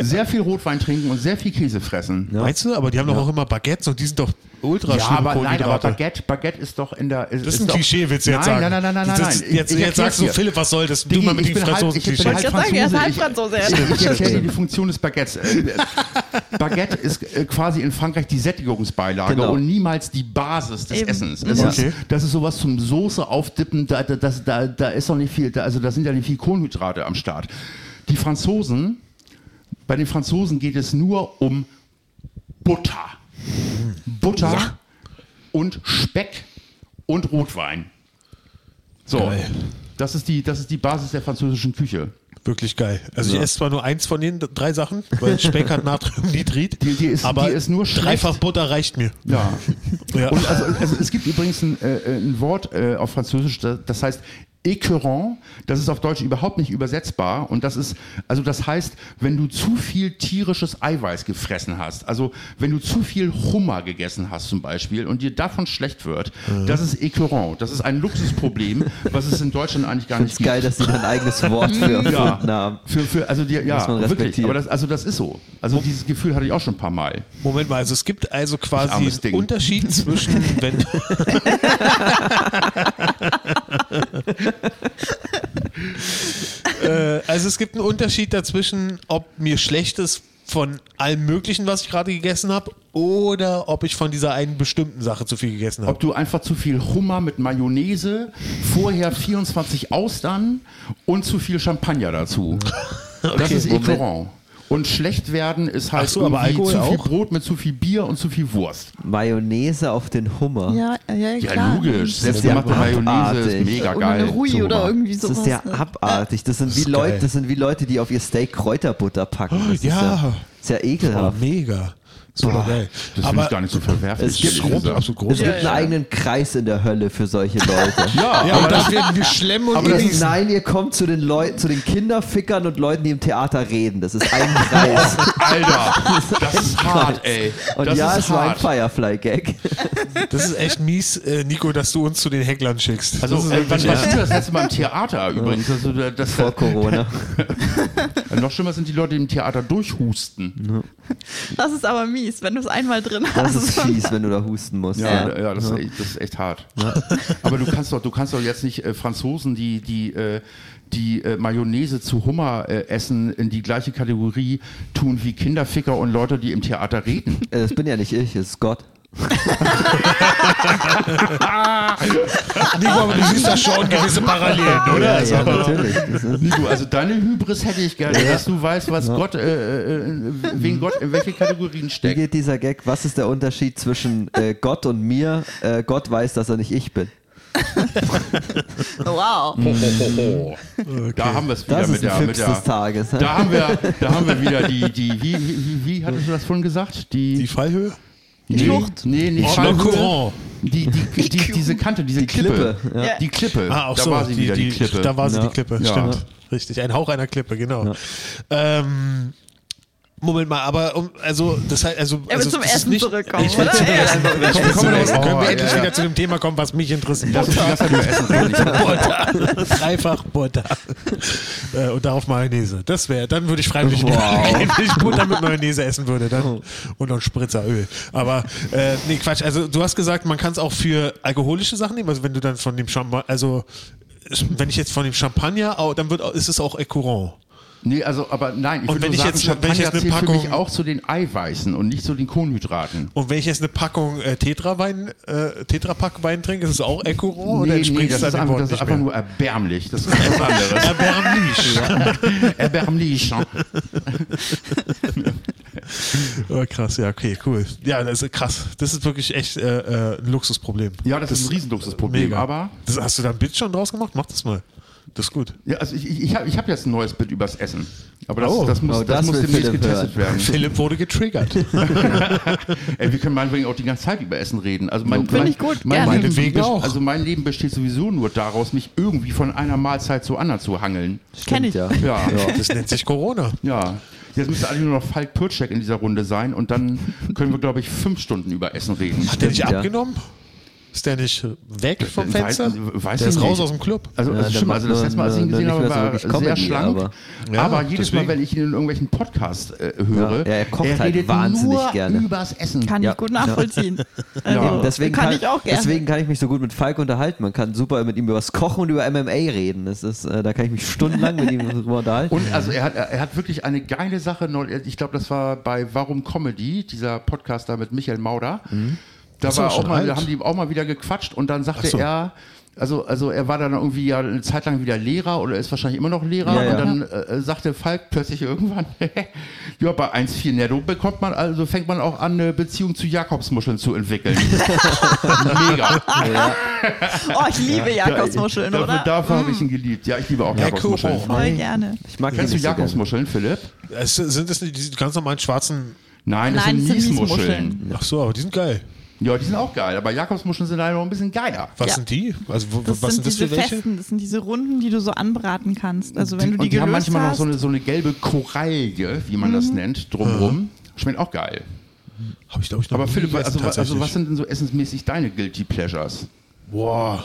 sehr viel Rotwein trinken und sehr viel Käse fressen. Meinst du? Aber die haben doch auch immer Baguettes und die sind doch ultra Ja, schlimme aber nein, aber Kohlenhydrate. Baguette, Baguette ist doch in der. Ist, das ist ist ein doch- Klischee, willst du jetzt nein, sagen? Nein, nein, nein, nein, Das- nein. das- Jetzt, Ich jetzt sagst du, erklär's dir. Philipp, was soll das? Du Diggi, mal mit ich den bin halb- ich bin Franzosen-Klischees. halb- Ich würde sagen, er ist Franzose, halb ich- Franzose. ja. Ich erkläre stimmt. die Funktion des Baguettes. Äh, Baguette ist äh, quasi in Frankreich die Sättigungsbeilage Genau. und niemals die Basis des Eben. Essens. Das, Ja. ist, das ist sowas zum Soße aufdippen, da, da, das, da, da ist doch nicht viel, da, also da sind ja nicht viel Kohlenhydrate am Start. Die Franzosen, bei den Franzosen geht es nur um Butter. Hm. Butter und Speck und Rotwein. So, Geil. das ist, die, das ist die Basis der französischen Küche. Wirklich geil. Also Ja. ich esse zwar nur eins von den d- drei Sachen, weil Speck hat Natriumnitrit, Die- die ist- aber die ist nur schlecht. dreifach Butter reicht mir. Ja. Ja. Und also, also es gibt übrigens ein, äh, ein Wort äh, auf Französisch, das, das heißt écœurant. Das ist auf Deutsch überhaupt nicht übersetzbar. Und das ist, also das heißt, wenn du zu viel tierisches Eiweiß gefressen hast, also wenn du zu viel Hummer gegessen hast zum Beispiel und dir davon schlecht wird, Mhm. das ist écœurant. Das ist ein Luxusproblem, was es in Deutschland eigentlich gar Ich nicht find's geil, dass sie dann ein eigenes Wort für erfunden haben. Für, für, also die, ja, Muss man wirklich. respektieren. Aber das, also das ist so. Also dieses Gefühl hatte ich auch schon ein paar Mal. Moment mal, also es gibt also quasi Armes einen Ding. Unterschied zwischen, wenn, äh, also es gibt einen Unterschied dazwischen, ob mir schlecht ist von allem Möglichen, was ich gerade gegessen habe, oder ob ich von dieser einen bestimmten Sache zu viel gegessen habe. Ob du einfach zu viel Hummer mit Mayonnaise, vorher 24 Austern und zu viel Champagner dazu. das ist écœurant. Und schlecht werden ist halt Ach so, aber irgendwie zu Alkohol viel auch? Brot mit zu viel Bier und zu viel Wurst. Mayonnaise auf den Hummer. Ja, ja, Ja, klar. logisch. Selbstgemachte Selbstgemachte Mayonnaise ist abartig. mega Oder eine geil. Rui Super. oder irgendwie Das sowas. ist ja ne? abartig. Das sind, wie ist Leute, geil. das sind wie Leute, die auf ihr Steak Kräuterbutter packen. Das ja. Ist ja, ist ja Oh, ekelhaft. mega. Super geil. Das finde aber ich gar nicht so verwerflich. Es gibt- ehrlich gesagt. absolut Es groß. gibt Ja, einen eigenen Kreis in der Hölle für solche Leute. ja, und aber das, das werden wir schlemmen und Aber das genießen. nein, ihr kommt zu den Leuten, zu den Kinderfickern und Leuten, die im Theater reden. Das ist ein Kreis. Alter, das ist hart, ey. Und das ja, ist es war ein hart. Firefly-Gag. Das ist echt mies, äh, Nico, dass du uns zu den Hecklern schickst. Also, das ist äh, wann wirklich- warst du das letzte Mal im Theater übrigens? Also, das, äh, Vor Corona. noch schlimmer sind die Leute, die im Theater durchhusten. Das ist aber mies, wenn du es einmal drin Das hast. ist fies, wenn du da husten musst. Ja, äh, ja. ja, das, Ist echt, das ist echt hart. Aber du kannst doch, du kannst doch jetzt nicht äh, Franzosen, die die äh, die äh, Mayonnaise zu Hummer äh, essen, in die gleiche Kategorie tun wie Kinderficker und Leute, die im Theater reden. Äh, Das bin ja nicht ich, es ist Gott. Nico, aber du siehst da schon gewisse Parallelen, ne? oder? Ja, ja, natürlich. Das ist Nico, also deine Hybris hätte ich gerne, dass du weißt, was Gott, äh, äh, äh, wen Gott in welche Kategorien Wie steckt. geht dieser Gag? Was ist der Unterschied zwischen äh, Gott und mir? Äh, Gott weiß, dass er nicht ich bin. Wow. Da haben wir es wieder Das mit ist ein der, mit Fips des der Tages. hä? da haben wir, da haben wir wieder die, die, wie, wie, wie, wie hattest du das vorhin gesagt? Die Fallhöhe? Nee, Schlucht. Nee, nicht Schlucht. Schlucht. Die, die, die, diese Kante, diese Die Klippe. Klippe, ja. Die Klippe. Ah, auch da so. war sie wieder, die, Klippe. Da war sie Ja. die Klippe, Ja. stimmt. Richtig, ein Hauch einer Klippe, genau. Ähm, Moment mal, aber um, also das heißt, also, Er will also zum das ist Essen nicht, zurückkommen, Ich will oder? zum Ja. Essen. Ich will Komm, zum komm, Essen. komm, Können wir komm, endlich Oh, ja, wieder ja. zu dem Thema kommen, was mich interessiert? Lass uns die ganze Zeit über Essen reden. Butter. Dreifach Butter. äh, und darauf Mayonnaise. Das wäre, dann würde ich freiwillig wenn ich Butter mit Mayonnaise essen würde. Dann, und noch einen Spritzer Öl. Aber äh, nee, Quatsch. Also du hast gesagt, man kann es auch für alkoholische Sachen nehmen. Also wenn du dann von dem Champagner, also wenn ich jetzt von dem Champagner, au- dann wird, au- ist es auch Ecourant. Nee, also, aber nein, ich Und würde wenn nur ich sagen, jetzt- wenn Champagner ich jetzt eine zählt für mich Packung- auch zu den Eiweißen und nicht zu den Kohlenhydraten. Und wenn ich jetzt eine Packung äh, Tetra-Wein, äh, Tetra-Pack-Wein trinke, ist es auch Ecourant oder entspricht es das, Oh, ist dann dem einfach, Wort das ist nicht einfach mehr? nur erbärmlich. Das ist was anderes. Erbärmlich. erbärmlich. Oh, krass, ja, okay, cool. Ja, das ist krass. Das ist wirklich echt äh, äh, ein Luxusproblem. Ja, das ist ein Riesenluxusproblem, Mega. aber... Das, hast du da ein Bild schon draus gemacht? Mach das mal. Das ist gut. Ja, also ich, ich, ich habe ich hab jetzt ein neues Bild übers Essen. Aber das, Oh, das muss, oh, das das muss will demnächst Philipp getestet werden. Philipp wurde getriggert. Ey, wir können meinetwegen auch die ganze Zeit über Essen reden. Also mein, Finde mein, ich gut, mein, gerne. mein, Leben Meinetwegen best- auch. also mein Leben besteht sowieso nur daraus, mich irgendwie von einer Mahlzeit zur anderen zu hangeln. Kenn ich. Ja. Ja, ja. Das nennt sich Corona. Jetzt müsste eigentlich nur noch Falk Pürcek in dieser Runde sein und dann können wir, glaube ich, fünf Stunden über Essen reden. Hat der nicht Stimmt, ja. abgenommen? Ist der nicht weg vom Äh, Weiß- Fenster? weiß der ich ist raus nicht. aus dem Club. Also, Ja, also der stimmt, macht also das nur- letzte Mal, als ich ihn nur- gesehen nur habe, nicht mehr so war wirklich sehr Comedy, schlank. Aber, aber- Ja, jedes deswegen. Mal, wenn ich ihn in irgendwelchen Podcasts äh, höre, Ja, er kocht halt redet wahnsinnig nur gerne. übers Essen. Kann Ja. ich gut nachvollziehen. Ja. Also, Deswegen kann, ich auch gerne. Deswegen kann ich mich so gut mit Falk unterhalten. Man kann super mit ihm über das Kochen und über MMA reden. Das ist, äh, da kann ich mich stundenlang mit ihm drüber unterhalten. Und also er hat, er hat wirklich eine geile Sache. neu- Ich glaube, das war bei Warum Comedy, dieser Podcast da mit Michael Mauder. Da Ist aber war auch schon mal, alt. da haben die auch mal wieder gequatscht und dann sagte Ach so. er, also, also er war dann irgendwie ja eine Zeit lang wieder Lehrer oder ist wahrscheinlich immer noch Lehrer Ja, ja. und dann äh, sagte Falk plötzlich irgendwann, ja, bei 1,4 Netto bekommt man, also fängt man auch an, eine Beziehung zu Jakobsmuscheln zu entwickeln. Mega. oh, ich liebe Jakobsmuscheln, Dafür- oder? Hm. Dafür habe ich ihn geliebt. Ja, ich liebe auch Herr Jakobsmuscheln. Kuchen. Voll gerne. Ich mag Kennst du ihn nicht so gerne. Jakobsmuscheln, Philipp? Es, sind das nicht diese ganz normalen schwarzen. Nein, das Nein, sind das sind Niesmuscheln. Niesmuscheln. Ach so, aber die sind geil. Ja, die sind auch geil, aber Jakobsmuscheln sind leider noch ein bisschen geiler. Was Ja. sind die? Also, wo, Das was sind sind das diese für welche? festen, das sind diese Runden, die du so anbraten kannst. Also die, wenn du die und die haben gelöst manchmal noch hast. so Mhm. eine, so eine gelbe Koralle, wie man das nennt, drumrum. Schmeckt auch geil. Hab ich, glaube ich, noch Aber nie Philipp, gegessen, also, wa- also tatsächlich. was sind denn so essensmäßig deine Guilty Pleasures? Boah.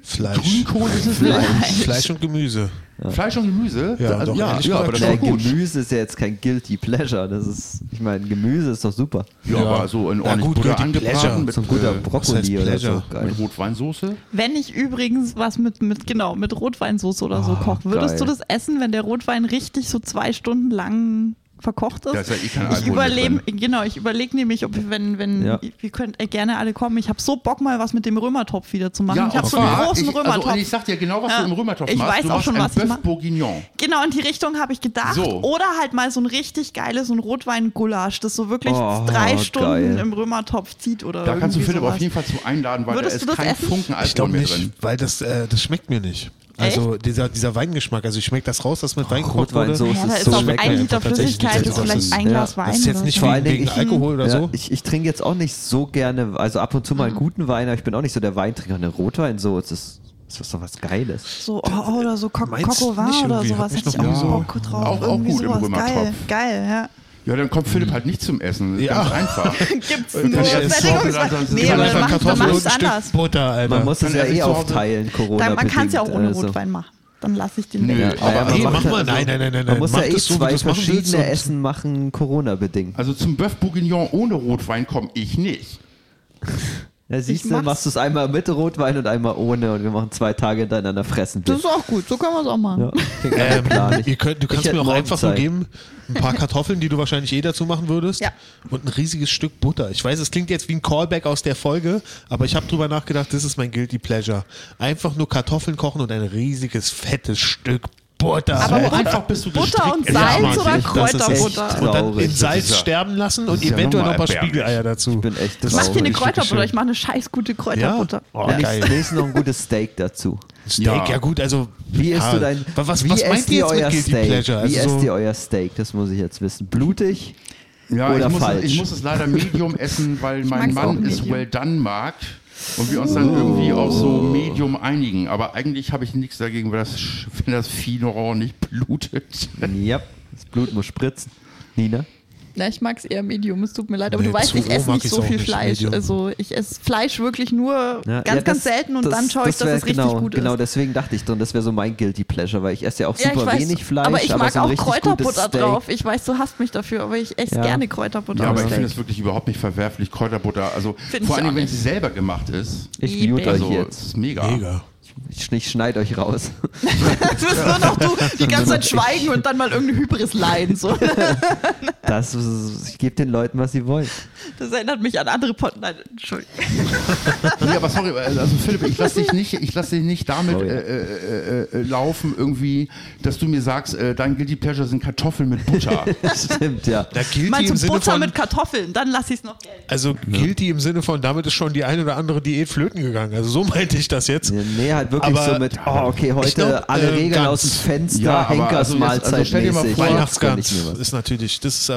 Fleisch. Grünkohl ist es nicht. Äh, Fleisch und Gemüse. Fleisch und Gemüse? Ja, also, doch, ja, ehrlich ja gesagt, aber das ist Naja, doch gut. Gemüse ist ja jetzt kein Guilty Pleasure. Das ist, ich meine, Gemüse ist doch super. Ja, aber so in Na ordentlich gut, Butter Guilty Pleasure. angebraten mit, So ein guter äh, Brokkoli heißt oder so. Pleasure? Geil. mit Rotweinsoße. Wenn ich übrigens was mit, mit genau, mit Rotweinsauce oder Oh, so koche, geil. würdest du das essen, wenn der Rotwein richtig so zwei Stunden lang verkocht ist? Da ist ja eh kein ich Alkohol überlebe, mit genau, ich überlege nämlich, ob wir- wenn, wenn, Ja. wir könnt äh, gerne alle kommen. Ich habe so Bock mal was mit dem Römertopf wieder zu machen. ich habe auch so einen da. großen ich, Römertopf. Also, ich sag dir genau, was Ja. du im Römertopf Ich machst. weiß du auch machst schon, ein was ich Bœuf mach. Bourguignon. Genau, in die Richtung habe ich gedacht. So. Oder halt mal so ein richtig geiles, so ein Rotweingulasch, das so wirklich Oh, drei geil. Stunden im Römertopf zieht oder Da kannst du irgendwie Philipp sowas. auf jeden Fall zu einladen, weil Würdest da du ist das kein essen? Funken Ich Alkohol glaube mehr nicht, drin. weil das, äh, das schmeckt mir nicht. Also dieser, dieser Weingeschmack, also ich schmecke das raus, dass mit Wein gekocht wurde. Rotweinsoße Ja, da Das ist so auf lecker ein Liter einfach tatsächlich Flüssigkeit, diese ist vielleicht Soßen. ein Glas Ja. Wein. Das ist jetzt oder nicht so. Vor wegen, allen Dingen, wegen ich- Alkohol oder Ja, so. Mhm. ich, ich trinke jetzt auch nicht so gerne, also ab und zu mal einen guten Wein, aber ich bin auch nicht so der Weintrinker. Eine Rotweinsoße ist, ist was doch was Geiles. so oh, oder so Co Meinst Coco nicht War oder irgendwie, sowas. hab ich Hätte ich noch auch nie so. Bock drauf. Auch- auch Irgendwie gut im sowas. Römertopf. Geil, geil, Ja, dann kommt Philipp halt nicht zum Essen. Ja. Ganz einfach. ja. Gibt's Kann nur ich erst vorbereiten, Sättigungswein? sonst Nee, kann aber ich dann einfach machst du und machst ein Stück anders. Butter, Alter. Man muss Kann es er ja sich eh zu Hause- aufteilen, Corona. Dann, man kann es ja auch ohne also. Rotwein machen. Dann lasse ich den Nö, weg. Ja, aber man nee, macht mach ja- mal. Nein, nein, nein, nein, Man nein. muss Mach ja eh das so, wie zwei du's machen willst verschiedene und- Essen machen, Corona-bedingt. Also zum Bœuf Bourguignon ohne Rotwein komme ich nicht. Ja, siehst Ich du, mach's. machst du es einmal mit Rotwein und einmal ohne und wir machen zwei Tage hintereinander fressen. Das ist auch gut, so können wir es auch machen. ja, klingt nach einem Ähm, Plan. ihr könnt, du Ich kannst hätte mir auch morgen einfach Zeit. nur geben, ein paar Kartoffeln, die du wahrscheinlich eh dazu machen würdest, Ja. und ein riesiges Stück Butter. Ich weiß, es klingt jetzt wie ein Callback aus der Folge, aber ich habe drüber nachgedacht, das ist mein Guilty Pleasure. Einfach nur Kartoffeln kochen und ein riesiges, fettes Stück Butter. Aber Alter. Einfach bist du Butter und gestrickt. Salz Mann, oder das ist echt Kräuterbutter? traurig. und dann in Das ist Salz ja- sterben lassen und ist ja eventuell noch nochmal ein paar erbärmlich. Spiegeleier dazu. Ich bin echt traurig. Das Mach dir eine ist wirklich Kräuterbutter, schön. ich mache eine scheiß gute Ja? Kräuterbutter. Oh, Und geil. ich lese noch ein gutes Steak dazu. Steak, Ja. ja. gut, also. Wie isst ja, du dein. wa- Was, wie was esst meint ihr jetzt mit Guilty Steak? Pleasure? Wie Also esst so- ihr euer Steak? Das muss ich jetzt wissen. Blutig? Ja, Oder ich muss, falsch. ich muss es leider Medium essen, weil mein mag's auch Mann es medium. well done mag. Und wir uns dann irgendwie auf so Medium einigen. Aber eigentlich habe ich nichts dagegen, weil das, Sch- wenn das Vieh noch nicht blutet. Ja, das Blut muss spritzen. Nina? Na, ich mag es eher Medium, es tut mir leid, aber Nee, du weißt, zu ich roh esse mag nicht ich's so auch viel nicht, Fleisch. Medium. Also ich esse Fleisch wirklich nur Ja, ganz, ja, ganz das- selten und das- dann schaue ich, dass wär es richtig genau, gut Genau, ist. deswegen dachte ich drin, das wäre so mein Guilty Pleasure, weil ich esse ja auch Ja, super ich weiß, wenig Fleisch. aber ich mag so ein auch richtig gutes Kräuterbutter Steak. drauf. Ich weiß, du hasst mich dafür, aber ich esse Ja. gerne Kräuterbutter Ja, auf aber ich Steak. finde es wirklich überhaupt nicht verwerflich. Kräuterbutter, also Find vor ich allem, auch wenn nicht. sie selber gemacht ist. Ich Liebe mute ich. euch Also, jetzt. es ist mega. Mega. Ich, ich schneide euch raus. Das bist nur noch du, die ganze Zeit schweigen und dann mal irgendeine Hybris leiden. So. Das, ist- ich gebe den Leuten, was sie wollen. Das erinnert mich an andere Potten. Nein, Entschuldigung. Nee, aber sorry, also Philipp, ich lasse dich nicht, ich lass dich nicht damit Sorry. äh, äh, äh, äh, laufen, irgendwie, dass du mir sagst, äh, dein Guilty Pleasure sind Kartoffeln mit Butter. Stimmt, ja. Da gilt Mal die im zum Sinne Butter von. mit Kartoffeln, dann lass ich es noch gelten. Also gilt die im Sinne von, damit ist schon die ein oder andere Diät flöten gegangen. Also so meinte ich das jetzt. Nee, halt halt wirklich Aber- so mit, oh, okay, heute Ich glaub, alle äh, Regeln ganz. aus dem Fenster, Ja, aber also jetzt- Henkersmahlzeit. also stell dir mal vor- Weihnachtsgans ist natürlich, das ist äh,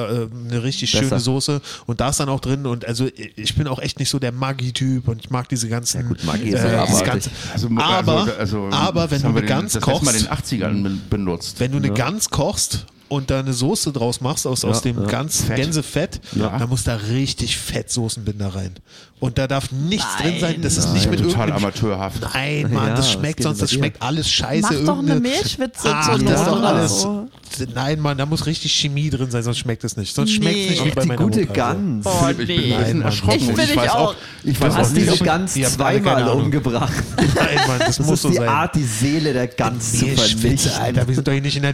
eine richtig Besser. schöne Soße und da ist dann auch drin und also ich bin auch echt nicht so der Maggi-Typ und ich mag diese ganzen. Ja gut, Maggi ist äh, ja dieses abartig. ganze, Also, aber, also, aber wenn das du haben wir eine den- Gans das kochst, letzte Mal den 80ern ben- benutzt. wenn du eine Gans kochst und da eine Soße draus machst aus, aus dem Gans, Fett. Gänsefett, Ja. dann muss da richtig Fett Soßenbinder rein. Und da darf nichts Nein. drin sein, das ist nicht mit total irgendeinem amateurhaft. Nein, Mann, Ja, das was schmeckt geht sonst, denn das bei dir? schmeckt alles scheiße. Mach doch eine irgendeine- Milchschwitze Ach, zur das ist Not doch oder alles. so. Nein, Mann, da muss richtig Chemie drin sein, sonst schmeckt es nicht. Sonst schmeckt es Nee. nicht wie Ach, bei Die meiner gute Mutter. Also. Gans. Boah, Ich bin nee. ein bisschen Mann. erschrocken. Ich bin und ich weiß auch. auch, ich weiß Du hast auch nicht, diese ob ich- Gans ihr habt alle keine zweimal Ahnung. umgebracht. Nein, Mann, das, Das muss ist so die sein. Art, die Seele der Gans zu Ihr Schwitze, vernichten. Alter, wir sind doch hier nicht in der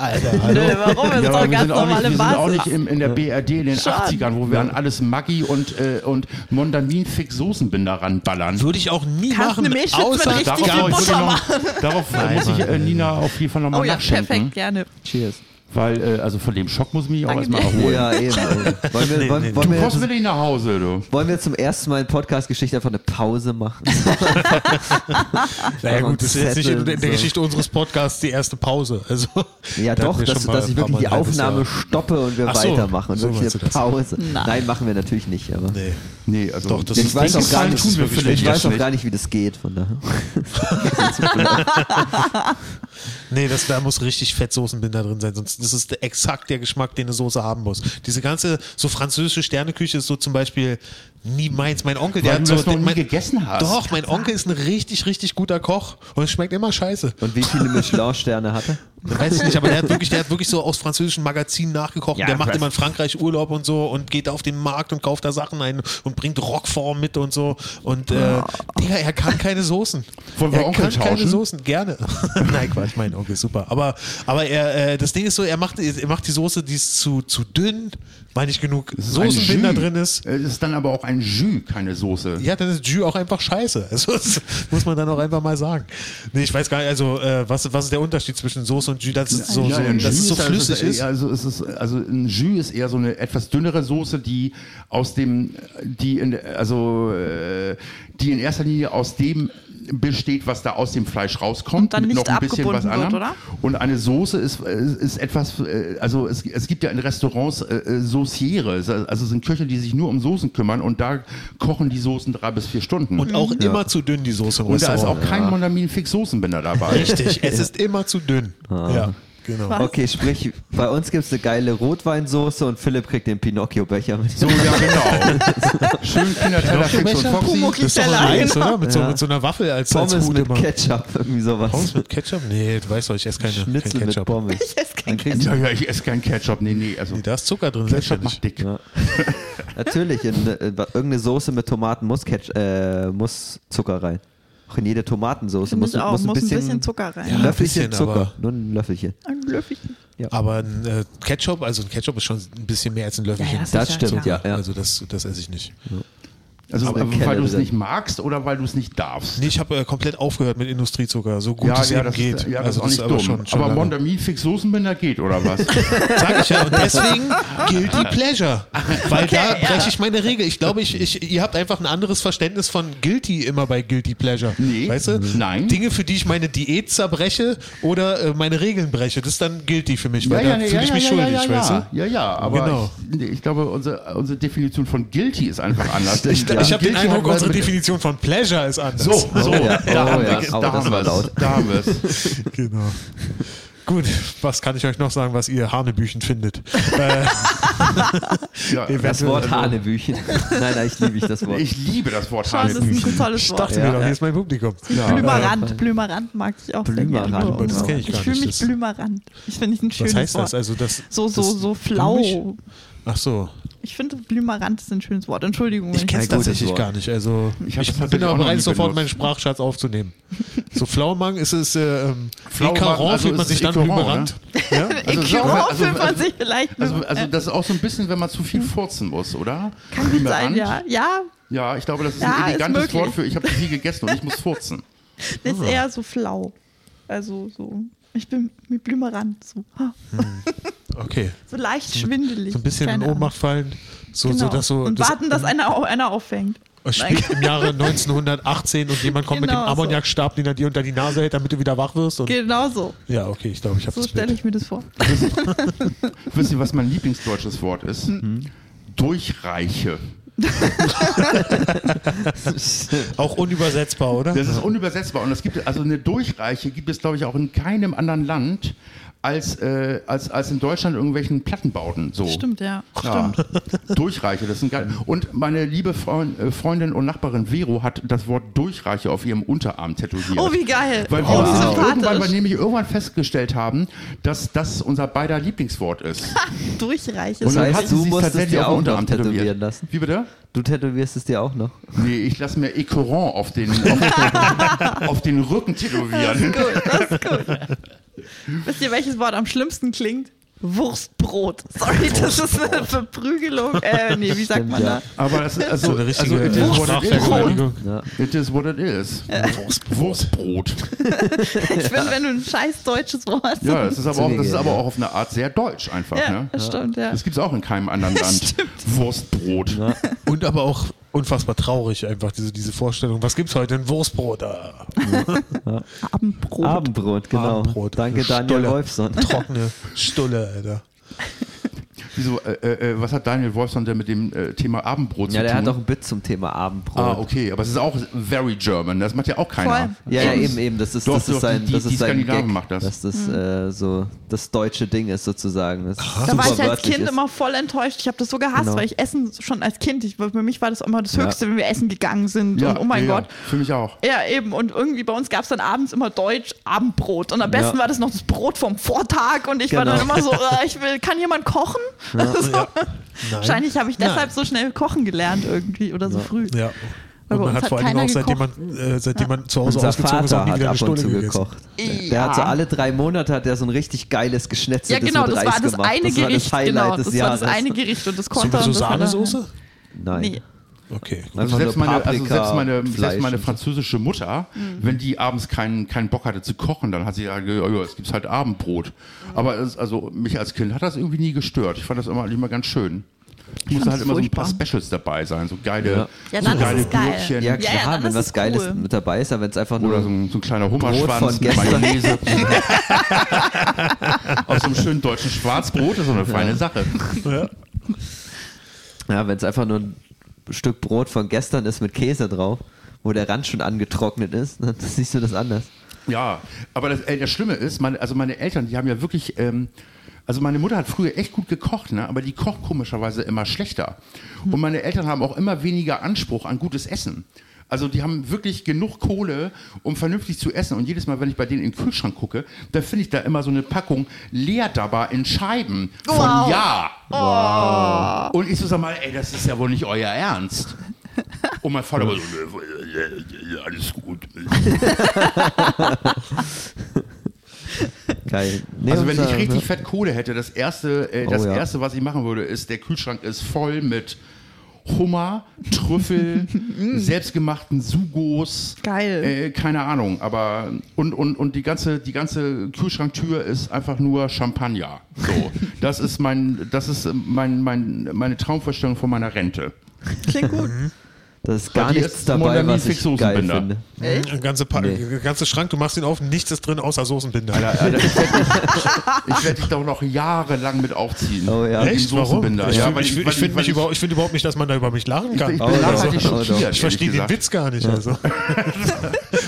Alter. Hallo? Nö, warum? Das Ja, ist aber doch wir ganz sind auch nicht, normale wir sind auch Basis. nicht im, in der BRD in den Schade. 80ern, wo wir an alles Maggi und, äh, und Mondamin-Fix-Soßenbinder ranballern. Würde ich auch nie Kannst machen, eine Milchschwitze mit außer richtig Darauf, würde viel Gans. ich Butter noch, darauf Nein, muss ich Mann, äh, Nina auf jeden Fall nochmal Oh ja, nachschenken. perfekt, gerne. Cheers. Weil, äh, also von dem Schock muss ich mich auch Danke erstmal dir. erholen. Ja, eben. also. Wollen wir, wollen, wollen, wir Kosten jetzt, wir dich nach Hause, du. wollen wir zum ersten Mal in Podcast-Geschichte einfach eine Pause machen? Naja gut, das ist jetzt nicht in der Zetteln, so. Geschichte unseres Podcasts die erste Pause. Also, Ja, da hatten doch, wir schon dass, mal- dass ich paar wirklich die Mal ein halbes Aufnahme Jahr. stoppe und wir Ach so, weitermachen. Und so wirklich meinst du eine das. Pause. Nein. Nein, machen wir natürlich nicht. Aber Nee. Nee, also Doch, das ich ist weiß auch gar Gefallen nicht, tun wir vielleicht ich jetzt weiß auch nicht. gar nicht, wie das geht. Von daher. Nee, das, da muss richtig Fettsoßenbinder drin sein, sonst das ist exakt der Geschmack, den eine Soße haben muss. Diese ganze so französische Sterneküche ist so zum Beispiel nie meins. Mein Onkel, der Weil hat du so das noch den- nie mein, gegessen hast. Doch, mein Onkel ist ein richtig, richtig guter Koch und es schmeckt immer scheiße. Und wie viele Michelin-Sterne hatte? Weiß ich nicht, aber der hat wirklich, der hat wirklich so aus französischen Magazinen nachgekocht. Ja, der macht weiß- immer in Frankreich Urlaub und so und geht auf den Markt und kauft da Sachen ein und bringt Rockform mit und so. Und äh, Digga, er kann keine Soßen. Wollen wir er Onkel kann keine tauschen? Soßen, gerne. Nein, Quatsch, mein Onkel ist super. Aber, aber er, äh, das Ding ist so, er macht, er macht die Soße, die ist zu, zu dünn, weil nicht genug Soßenbinder Ein Jus. drin ist. Es ist dann aber auch ein Jus, keine Soße. Ja, dann ist Jus auch einfach scheiße. Also, das muss man dann auch einfach mal sagen. Nee, ich weiß gar nicht, also, äh, was, was ist der Unterschied zwischen Soße und Jus? Das ist so, Ja, so, ein dass es Jus so also flüssig es ist. ist. Also, es ist, also ein Jus ist eher so eine etwas dünnere Soße, die aus dem, die in, also äh, die in erster Linie aus dem besteht, was da aus dem Fleisch rauskommt, Und dann mit noch nicht ein bisschen was abgebunden wird, anderem. oder? Und eine Soße ist, äh, ist etwas, äh, also es, es gibt ja in Restaurants äh, äh, Saucieres, also es sind Köche, die sich nur um Soßen kümmern und da kochen die Soßen drei bis vier Stunden. Und auch immer zu dünn, die Soße im Und da ist auch Restaurant. kein Mondamin-Fix-Soßenbinder dabei. Richtig, es ist immer zu dünn. Ja, genau. Was? Okay, sprich, bei uns gibt es eine geile Rotweinsoße und Philipp kriegt den Pinocchio-Becher mit. So, ja, genau. Schön Kinderteller, Fix und Foxy. Pumuckl. Das ist doch mal Nutella, nice, oder? Mit, so, mit so einer Waffel als, als Pommes Hut mit immer. Ketchup, irgendwie sowas. Pommes mit Ketchup? Nee, du weißt doch, ich esse keine Schnitzel kein mit Ketchup. Pommes. Ich esse Dann kein kriegst Ja, ja, ich esse keinen Ketchup. Nee, nee, also Nee, da ist Zucker drin, Ketchup selbstverständlich. macht dick. du- Natürlich, in, in, irgendeine Soße mit Tomaten muss, Ketchup, äh, muss Zucker rein. Auch in jede Tomatensoße Finde muss, ich auch, muss ein bisschen, Zucker rein. Ein Ja, Löffelchen ein bisschen, Zucker, aber- nur ein Löffelchen. Ein Löffelchen. Aber ein äh, Ketchup, also ein Ketchup ist schon ein bisschen mehr als ein Löffelchen. Ja, ja, das Das ja stimmt, ja. klar. ja. Also das, das esse ich nicht. Also, Aber weil du es Kelle- nicht magst oder weil du es nicht darfst. Nee, ich habe äh, komplett aufgehört mit Industriezucker, so gut es eben das, geht. Ist, ja, das Also ist auch aber nicht dumm. aber lange. Mondamin fix Soßenbinder geht, oder was? Sag ich ja. Und deswegen Guilty Pleasure. Weil da breche ich meine Regel. Ich glaube, ich, ich, ihr habt einfach ein anderes Verständnis von Guilty immer bei Guilty Pleasure. Nee. Weißt du? Nein. Dinge, für die ich meine Diät zerbreche oder äh, meine Regeln breche, das ist dann Guilty für mich. Weil da nee, fühle ich mich ja, schuldig, ja, weißt ja. du? ja, ja, aber Genau. ich, nee, ich glaube, unsere, unsere Definition von guilty ist einfach anders. Ich- Ich, ich habe den Guilty hat Eindruck, was unsere mit- Definition von Pleasure ist anders. So, so, ja. da Oh, haben ja. wir es, Oh, das da war haben wir es, laut. da haben wir es. Genau. Gut, was kann ich euch noch sagen, was ihr Hanebüchen findet? Ja, Das Wort Hanebüchen. nein, nein, ich liebe ich das Wort. ich liebe das Wort Schau, das ist Hanebüchen. ein tolles Ich Wort. dachte mir doch, hier ist mein Publikum. Blümerand, Blümerand mag ich auch Blümerand, sehr gerne. das kenn ich gar fühle nicht, mich das- Blümerand. Ich finde ich ein schönes Was heißt Wort. das? Also das so, so, das so flau. blumig? Ach so. Ich finde Blümerand ist ein schönes Wort. Entschuldigung. Ich kenne es Ja, gutes tatsächlich Wort. gar nicht. Also Ich ich, hab das bin tatsächlich auch auch noch bereit, nie sofort benutzt. meinen Sprachschatz aufzunehmen. So Flaumann ist es äh, ähm, Flaumann, Écarant also fühlt man ist es sich dann Écarant, überrannt. Ja? Also, ich sagen wir- also- fühlt man also- sich vielleicht Also, nur- also das ist auch so ein bisschen, wenn man zu viel furzen muss, oder? Mhm. Kann gut sein, ja. Ja, Ja, ich glaube, das ist Ja, ein ist elegantes möglich. Wort für ich habe zu viel gegessen und ich muss furzen. ist eher so flau. Also so. Ich bin mit Blümerand so. Ha, Okay. So leicht schwindelig. So ein bisschen Keine in Ahnung. Ohnmacht fallen. So, Genau. so, dass so, Und das, warten, dass einer, au- einer auffängt. Es spielt im Jahre 1918 und jemand kommt mit Genau dem so. Ammoniakstab, den er dir unter die Nase hält, damit du wieder wach wirst. Und Genau so. ja, okay, ich glaube, ich habe So das stelle Bild. ich mir das vor. Wisst ihr, was mein lieblingsdeutsches Wort ist? Durchreiche. Auch unübersetzbar, oder? Das ist unübersetzbar. Und es gibt also eine Durchreiche gibt es, glaube ich, auch in keinem anderen Land als, äh, als, als in Deutschland irgendwelchen Plattenbauten. So. Stimmt, ja. Ja. Durchreiche, das sind geil. Und meine liebe Freund, äh, Freundin und Nachbarin Vero hat das Wort Durchreiche auf ihrem Unterarm tätowiert. Oh, wie geil. Weil wir oh, uns wie irgendwann, weil sympathisch. nämlich irgendwann festgestellt haben, dass das unser beider Lieblingswort ist. Durchreich Und ist dann heißt, hat sie du sich's musst es tatsächlich dir auf den auch noch Unterarm tätowieren lassen? Wie bitte? Du tätowierst es dir auch noch. Nee, ich lasse mir Ecoran auf den, auf, auf den Rücken tätowieren. gut. Das ist gut. Wisst ihr, welches Wort am schlimmsten klingt? Wurstbrot. Sorry, das ist eine Verprügelung. Äh, nee, wie sagt Stimmt, man ja. da? Aber das ist also, so eine also richtige it, is what it, is. Sprachvergewaltigung. Ja. it is what it is. Wurstbrot. Ich finde, wenn du ein scheiß deutsches Wort hast. Ja, das ist aber auch, das ist Zugegeben, aber auch auf eine Art sehr deutsch einfach. ja, Ne? das stimmt, ja. Das gibt es auch in keinem anderen Land. Wurstbrot. Und aber auch unfassbar traurig, einfach diese, diese Vorstellung. Was gibt's heute? Ein Wurstbrot. Ah, Abendbrot. Abendbrot, genau. Abendbrot. Danke, Daniel Stolle. Wolfson. Trockene Stulle, Alter. Wieso, äh, äh, was hat Daniel Wolfson denn mit dem äh, Thema Abendbrot Ja, zu der tun? hat auch ein Bit zum Thema Abendbrot. ah, okay, aber es ist auch very German, das macht ja auch keiner. Voll. Ja, ja, Sonst- eben, eben. Das ist, Doch, das doch, ist sein, die- das die ist sein Skandinaven Gag, macht das. dass Mhm. das äh, so das deutsche Ding ist sozusagen. Das Da war ich als superwörtlich Kind ist. immer voll enttäuscht. Ich habe das so gehasst, Genau. weil ich Essen schon als Kind, ich, für mich war das immer das Ja. Höchste, wenn wir essen gegangen sind. Ja, und oh mein ja, Gott. Ja, für mich auch. Ja, eben. Und irgendwie bei uns gab es dann abends immer Deutsch, Abendbrot. Und am besten Ja. war das noch das Brot vom Vortag. Und ich war Genau. dann immer so, äh, ich will, kann jemand kochen? Also, Nein. Wahrscheinlich habe ich deshalb Nein. so schnell kochen gelernt irgendwie oder so früh. Ja. Weil Und bei man uns hat hat vor allem auch, keiner seitdem man, äh, seitdem man zu Hause Unser ausgezogen ist, auch Vater nie hat wieder eine ab und Stulle zu gegessen. gekocht. Ja. Der hat so alle drei Monate hat er so ein richtig geiles Geschnetzeltes Ja, genau, mit das Reis war das gemacht. eine das war Gericht. das Highlight genau, des das war Jahres. das eine Gericht und das So, konnte so und das war dann- Sahnesoße? Nein. Nee. Okay, gut. Einfach Also selbst, nur meine, also Paprika, selbst, meine, Fleisch selbst meine französische Mutter, Mhm. wenn die abends keinen, keinen Bock hatte zu kochen, dann hat sie gesagt, ja, ja, es gibt halt Abendbrot. Mhm. Aber es, also mich als Kind hat das irgendwie nie gestört. Ich fand das immer, immer ganz schön. Es musste fand halt das immer so ein paar furchtbar. Specials dabei sein, so geile, Ja. Ja, so dann ist geile es geil. Brötchen ja Ja, ja, klar, dann wenn ist was es Geiles cool. mit dabei ist, aber wenn es einfach nur oder so ein, so ein kleiner von Hummerschwanz mit gestern. Mayonnaise. Auf so einem schönen deutschen Schwarzbrot ist so eine feine Sache. Ja, wenn es einfach nur ein Stück Brot von gestern ist mit Käse drauf, wo der Rand schon angetrocknet ist, dann siehst du das anders. Ja, aber das, äh, das Schlimme ist, meine, also meine Eltern, die haben ja wirklich, ähm, also meine Mutter hat früher echt gut gekocht, ne? aber die kocht komischerweise immer schlechter. Und meine Eltern haben auch immer weniger Anspruch an gutes Essen. Also die haben wirklich genug Kohle, um vernünftig zu essen. Und jedes Mal, wenn ich bei denen in den Kühlschrank gucke, da finde ich da immer so eine Packung Leerdabber in Scheiben von Wow. Ja. Wow. Und ich so sag mal, ey, das ist ja wohl nicht euer Ernst. Und mein Vater war so, "Nö, alles gut. Geil. Nee, Also wenn unser- ich richtig fett Kohle hätte, das erste, äh, Oh, das ja. erste, was ich machen würde, ist, der Kühlschrank ist voll mit Hummer, Trüffel, Mm. selbstgemachten Sugos. Geil. Äh, keine Ahnung, aber und, und, und die ganze, die ganze Kühlschranktür ist einfach nur Champagner. So. Das ist mein, das ist äh, mein, mein, meine Traumvorstellung von meiner Rente. Klingt gut. Da ist gar Bei dir nichts ist dabei, Mondamin was ich geil Fixsoßenbinder. finde. Ein ganzer pa ein ganzer Schrank, du machst ihn auf, nichts ist drin außer Soßenbinder. Alter, Alter, ich werde dich, ich werd dich doch noch jahrelang mit aufziehen. Oh ja. Mit dem Echt? Warum? Soßenbinder. Ich, Ja, fühl- weil ich, fühl- weil ich finde weil mich überhaupt, ich find überhaupt nicht, dass man da über mich lachen Ich, kann. ich Oh, bin nachhaltig doch. Oh, doch. schockiert. ehrlich Ich verstehe den gesagt. Witz gar nicht. Also.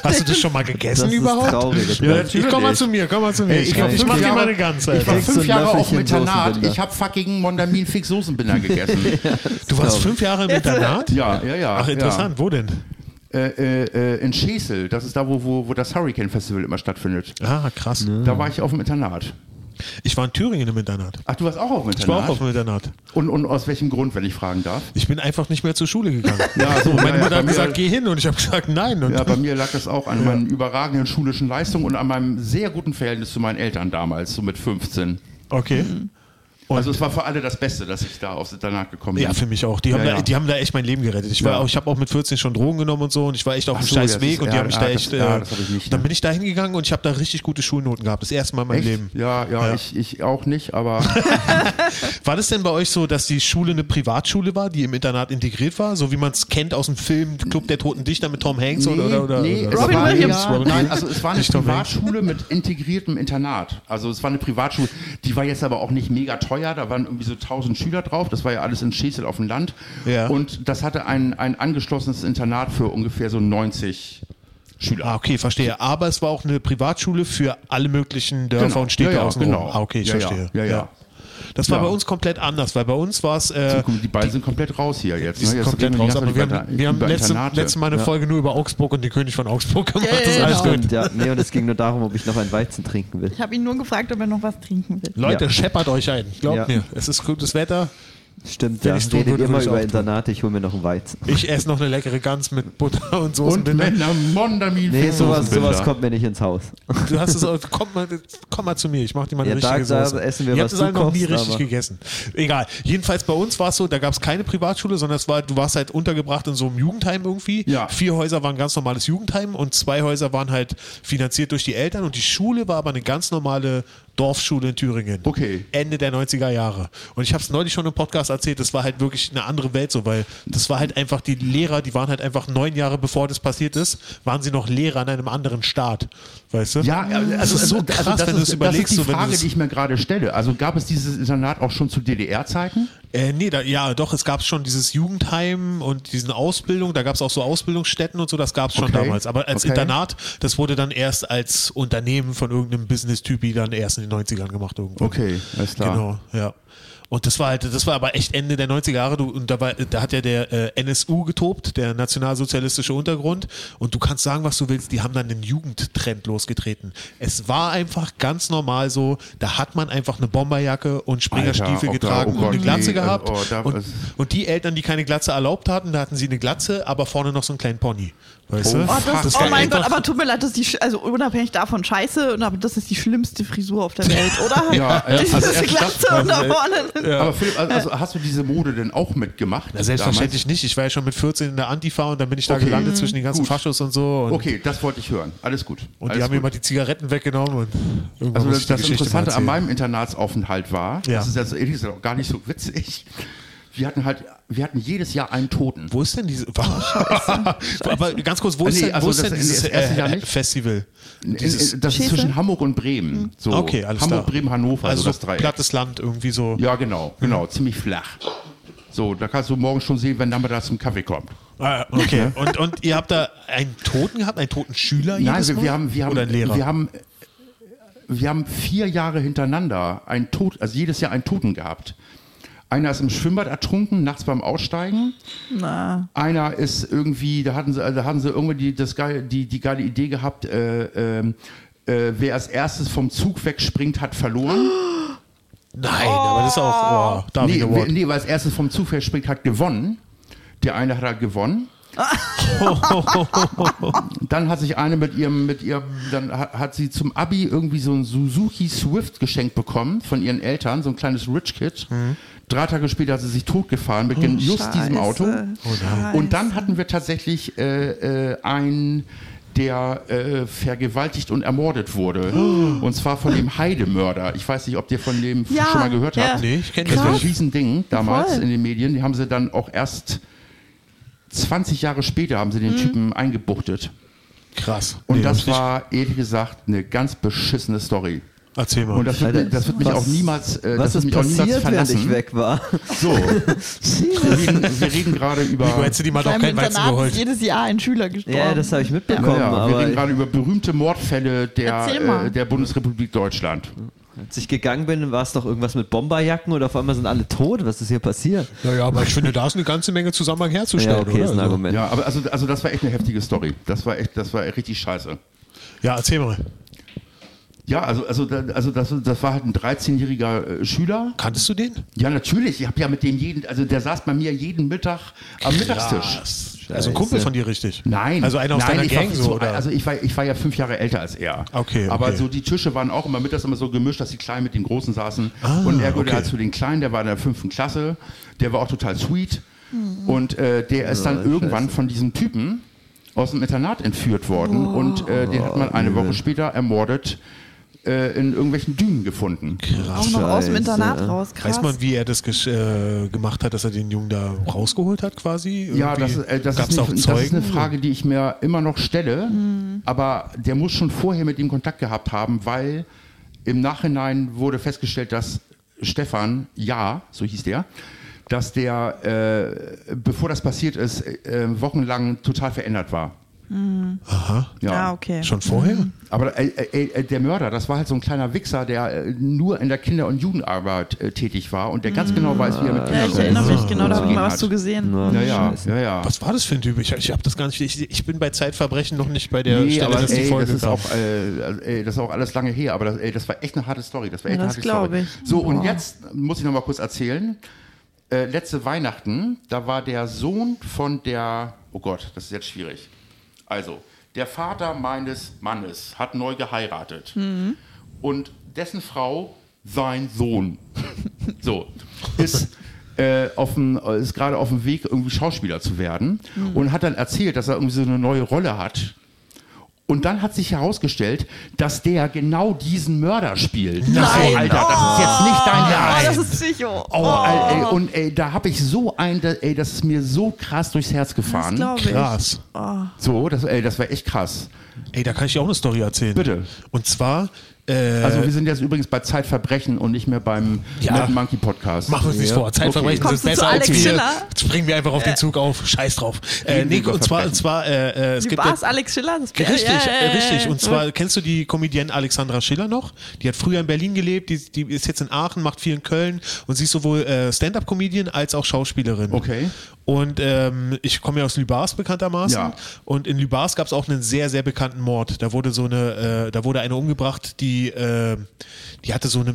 Hast du das schon mal gegessen Das ist überhaupt? traurig. Ja, natürlich. Komm mal zu mir, komm mal zu mir. Ey, ich glaub, ich Äh, fünf mach dir Jahre- mal eine ganze. Ich war Alter. Kriegst du fünf ein Jahre auf Löffelchen dem Internat. Soßenbinder. Ich habe fucking Mondamin Fix Soßenbinder gegessen. Du warst fünf Jahre im Internat? ja, ja, ja. Ach, ja. interessant. Wo denn? Äh, äh, äh, in Schesel, das ist da, wo, wo, wo das Hurricane Festival immer stattfindet. Ah, krass. Da war ich auf dem Internat. Ich war in Thüringen im Internat. Ach, du warst auch auf dem Internat? Ich war auch auf dem Internat. und, und aus welchem Grund, wenn ich fragen darf? Ich bin einfach nicht mehr zur Schule gegangen. Ja, so, Meine Mutter bei hat mir- gesagt, geh hin und ich habe gesagt, nein. Und Ja, bei mir lag das auch an meinen überragenden schulischen Leistungen und an meinem sehr guten Verhältnis zu meinen Eltern damals, so mit 15. okay. also es war für alle das Beste, dass ich da auf danach gekommen bin. Ja, für mich auch. Die haben, Ja, da, ja. Die haben da echt mein Leben gerettet. Ich, war Ja. auch, ich habe auch mit 14 schon Drogen genommen und so und ich war echt auf Ach dem so, scheiß das Weg ist- und die ja, haben mich ja, da das- echt. ja, äh, das hab ich nicht, Dann ne? bin ich da hingegangen und ich habe da richtig gute Schulnoten gehabt. Das erste Mal in meinem Echt? Leben. Ja, ja, Ja. Ich, ich auch nicht, aber War das denn bei euch so, dass die Schule eine Privatschule war, die im Internat integriert war? So wie man es kennt aus dem Film Club der Toten Dichter mit Tom Hanks oder, oder, oder, nee, oder es Robin war, Williams. Ja, Robin nein, Williams. also es war eine Nicht Tom Privatschule mit integriertem Internat. Also es war eine Privatschule, die war jetzt aber auch nicht mega teuer. Da waren irgendwie so 1000 Schüler drauf. Das war ja alles in Schesel auf dem Land. Ja. Und das hatte ein, ein angeschlossenes Internat für ungefähr so 90 Schüler. Ah, okay, verstehe. Aber es war auch eine Privatschule für alle möglichen Dörfer Genau. und Städte Ja, ja, außen genau. rum. Ah, okay, ich Ja, ja. verstehe. Ja, ja. Das war Ja. bei uns komplett anders, weil bei uns war es äh, Die beiden sind komplett raus hier jetzt. ne? die sind jetzt komplett reden raus, die aber ganze wir Zeit haben, über- wir haben über letzte, Internate. letzte Mal eine Folge nur über Augsburg und den König von Augsburg gemacht. Das ist Genau. alles gut. Stimmt, ja. Nee, und es ging nur darum, ob ich noch einen Weizen trinken will. Ich habe ihn nur gefragt, ob er noch was trinken will. Leute, Ja. scheppert euch ein. Glaubt Ja. mir, es ist gutes Wetter. Stimmt, Wenn ja. ich's tun Redet würde, ihr mal würde ich auch über tun. Internate, ich hole mir noch einen Weizen. Ich esse noch eine leckere Gans mit Butter und Und Soßenbinder. Männer Mondamin. Nee, sowas, Soßenbinder. sowas kommt mir nicht ins Haus. Äh, Du hast es auch, komm mal, komm mal zu mir, ich mache dir mal eine Ja, da- richtige da Soße. essen wir, Ihr was habt es du halt noch nie kochst, richtig aber- gegessen. Egal. Jedenfalls bei uns war es so, da gab es keine Privatschule, sondern es war, du warst halt untergebracht in so einem Jugendheim irgendwie. Ja. Vier Häuser waren ganz normales Jugendheim und zwei Häuser waren halt finanziert durch die Eltern und die Schule war aber eine ganz normale Dorfschule in Thüringen. Okay. Ende der 90er Jahre. Und ich habe es neulich schon im Podcast erzählt, das war halt wirklich eine andere Welt so, weil das war halt einfach, die Lehrer, die waren halt einfach neun Jahre bevor das passiert ist, waren sie noch Lehrer in einem anderen Staat. Weißt du? Ja, also das ist so also krass, wenn du es überlegst. Das so, ist die wenn du Frage, das- die ich mir gerade stelle. Also gab es dieses Internat auch schon zu DDR-Zeiten? äh, nee, da, ja, doch, es gab schon dieses Jugendheim und diesen Ausbildung, da gab es auch so Ausbildungsstätten und so, das gab es schon Okay. damals. Aber als Okay. Internat, das wurde dann erst als Unternehmen von irgendeinem Business-Typi dann erst in den 90ern gemacht irgendwann. Okay, alles klar. Genau, ja. Und das war halt, das war aber echt Ende der 90er Jahre. Du, und da, war, da hat ja der äh, NSU getobt, der nationalsozialistische Untergrund. Und du kannst sagen, was du willst, die haben dann den Jugendtrend losgetreten. Es war einfach ganz normal so, da hat man einfach eine Bomberjacke und Alter, Springerstiefel ob da- getragen oh und Gott, eine Glatze nee, gehabt. also, oh, da- und, es- und die Eltern, die keine Glatze erlaubt hatten, da hatten sie eine Glatze, aber vorne noch so einen kleinen Pony. Weißt Oh, du? Oh, das, Das oh war mein einfach- Gott, aber tut mir leid, dass die, sch- also unabhängig davon scheiße, und aber das ist die schlimmste Frisur auf der Welt, oder? Ja, ja. Diese Also erst Glatze das- und da vorne. Aber Philipp, also, also hast du diese Mode denn auch mitgemacht? Na, selbstverständlich nicht. Ich war ja schon mit 14 in der Antifa und dann bin ich da Okay. gelandet zwischen den ganzen Gut. Faschos und so. Und damals? Okay, das wollte ich hören. Alles gut. Und die Alles haben mir mal die Zigaretten weggenommen und irgendwann Also muss das, ich die das Geschichte mal Interessante an erzählen. meinem Internatsaufenthalt war, Ja. das ist also ehrlich gesagt auch gar nicht so witzig. Wir hatten halt, wir hatten jedes Jahr einen Toten. Wo ist denn diese. Aber ganz kurz, wo Ah, ist nee, denn, also wo ist das- denn das dieses erste Jahr äh, nicht. Festival? In- Dieses, in, das ist Schäfer? zwischen Hamburg und Bremen. So okay, alles Hamburg, klar. Bremen, Hannover, Also also so das so Dreieck. plattes Land irgendwie so. Ja, genau, genau, Hm. ziemlich flach. So, da kannst du morgen schon sehen, wenn Nachmittags zum Kaffee kommt. Ah, okay. und, und ihr habt da einen Toten gehabt, einen toten Schüler? Nein, also jedes wir, wir Mal? haben, wir haben, Oder einen Lehrer? wir haben, wir haben vier Jahre hintereinander einen Tod, also jedes Jahr einen Toten gehabt. Einer ist im Schwimmbad ertrunken, nachts beim Aussteigen. Na, Einer ist irgendwie, da hatten sie, da hatten sie irgendwie die, das geil, die, die geile Idee gehabt, äh, ähm, äh, wer als erstes vom Zug wegspringt, hat verloren. Nein, aber das ist auch. Oh, Darwin Nee, Award. wer- nee, wer als erstes vom Zug wegspringt, hat gewonnen. Der eine hat er gewonnen. dann hat sich eine mit ihrem, mit ihrem, dann hat, hat sie zum Abi irgendwie so ein Suzuki Swift geschenkt bekommen von ihren Eltern, so ein kleines Rich Kid. Drei Tage später hat sie sich totgefahren mit gen- just diesem Auto. Oh Und dann hatten wir tatsächlich äh, äh, einen, der äh, vergewaltigt und ermordet wurde. Und zwar von dem Heidemörder. Ich weiß nicht, ob ihr von dem Ja, schon mal gehört ja. habt. Nee, ich kenn das war ein Krass. Riesending damals Voll. in den Medien. Die haben sie dann auch erst 20 Jahre später haben sie den Typen eingebuchtet. Krass. Und Nee, das richtig. war, ehrlich gesagt, eine ganz beschissene Story. Erzähl mal. Und das wird, Alter, mir- das wird mich was- auch niemals, äh, Was ist das wird mich auch niemals passiert, während ich verlassen. weg war? So, wir reden, wir reden gerade du über, hättest dir die mal beim doch keinen Weizen Internat ist geholt. jedes Jahr ein Schüler gestorben. Ja, das habe ich mitbekommen, ja, wir reden aber gerade über berühmte Mordfälle Erzähl mal. der, äh, der Bundesrepublik Deutschland. als ich gegangen bin, war es doch irgendwas mit Bomberjacken oder auf einmal sind alle tot. Was ist hier passiert? Naja, aber ich finde, da ist eine ganze Menge Zusammenhang herzustellen. Ja, okay, ist ein oder? Also- Argument. Ja, aber also, also das war echt eine heftige Story. Das war echt, das war richtig scheiße. Ja, erzähl mal. Ja, also, also, da- also das, das war halt ein 13-jähriger äh, Schüler. Kanntest du den? Ja, natürlich. Ich habe ja mit dem jeden, also der saß bei mir jeden Mittag am Mittagstisch. Also ein Kumpel von dir richtig? Nein. Also einer aus Nein, deiner ich war Gang viel so, zu- oder? Also ich war, ich war ja fünf Jahre älter als er. Okay, Aber okay. so die Tische waren auch immer mittags immer so gemischt, dass die Kleinen mit den Großen saßen. und er gehörte Ah, okay. halt zu den Kleinen, der war in der fünften Klasse, der war auch total sweet. Und äh, der ist dann irgendwann von diesem Typen aus dem Internat entführt worden. Und äh, den hat man eine Woche später ermordet äh, in irgendwelchen Dünen gefunden. Auch noch aus Scheiße. dem Internat raus. Krass. Weiß man, wie er das gesch- äh, gemacht hat, dass er den Jungen da rausgeholt hat quasi? Ja, Irgendwie das, ist- äh, das, gab's ist auch nicht, das ist eine Zeugen? Frage, die ich mir immer noch stelle. Hm. Aber der muss schon vorher mit ihm Kontakt gehabt haben, weil im Nachhinein wurde festgestellt, dass Stefan, ja, so hieß der, dass der, äh, bevor das passiert ist, äh, wochenlang total verändert war. Aha. Ja. Ah, okay. Schon vorher? Aber äh, äh, äh, der Mörder, das war halt so ein kleiner Wichser, der äh, nur in der Kinder- und Jugendarbeit äh, tätig war und der ganz genau weiß, wie er mit Hm. Ja, Kindern ich erinnere mich, genau, da habe ich umzugehen mal was hat. zu gesehen. Na, Ja, ja, scheiße. ja, ja. Was war das für ein Typ? Ich, ich habe das gar nicht. Ich, ich bin bei Zeitverbrechen noch nicht bei der Nee, Stelle, aber dass die ey, Folge das ist kam. auch, äh, also, ey, das ist auch alles lange her, aber das, ey, das war echt eine harte Story. Das war echt Ja, eine das harte glaub Story. ich. So, und Boah. jetzt muss ich noch mal kurz erzählen. Äh, letzte Weihnachten, da war der Sohn von der, oh Gott, das ist jetzt schwierig. Also, der Vater meines Mannes hat neu geheiratet. Mhm. Und dessen Frau, sein Sohn, so, ist, äh, auf dem, ist gerade auf dem Weg, irgendwie Schauspieler zu werden und hat dann erzählt, dass er irgendwie so eine neue Rolle hat. Und dann hat sich herausgestellt, dass der genau diesen Mörder spielt. Nein. So, Alter, das ist jetzt nicht dein Oh, das Ernst. ist Psycho. Oh, Al- ey, und ey, da habe ich so ein, da- ey, das ist mir so krass durchs Herz das gefahren. glaube ich. Krass. So, das, ey, das war echt krass. Ey, da kann ich dir auch eine Story erzählen. Bitte. Und zwar äh, Also wir sind jetzt übrigens bei Zeitverbrechen und nicht mehr beim Ja. Mad Monkey Podcast. Machen wir uns nicht vor. Zeitverbrechen Okay. sind Kommst du zu besser Alex als wir. Schiller? Jetzt springen wir einfach auf den Zug auf. Scheiß drauf. Äh, Reden wir nee, über und zwar, Verbrechen. und zwar äh, äh, es Wie gibt war ja- es, Alex Schiller? Das Richtig, Ja, ja, ja, äh, richtig. ja. Mhm. Und zwar kennst du die Comedienne Alexandra Schiller noch? Die hat früher in Berlin gelebt, die, die ist jetzt in Aachen, macht viel in Köln und sie ist sowohl äh, Stand-up-Comedian als auch Schauspielerin. Okay. Und ähm, ich komme ja aus Lübars bekanntermaßen. Ja. Und in Lübars gab es auch einen sehr, sehr bekannten Mord. Da wurde so eine, äh, da wurde eine umgebracht, die, äh, die hatte so eine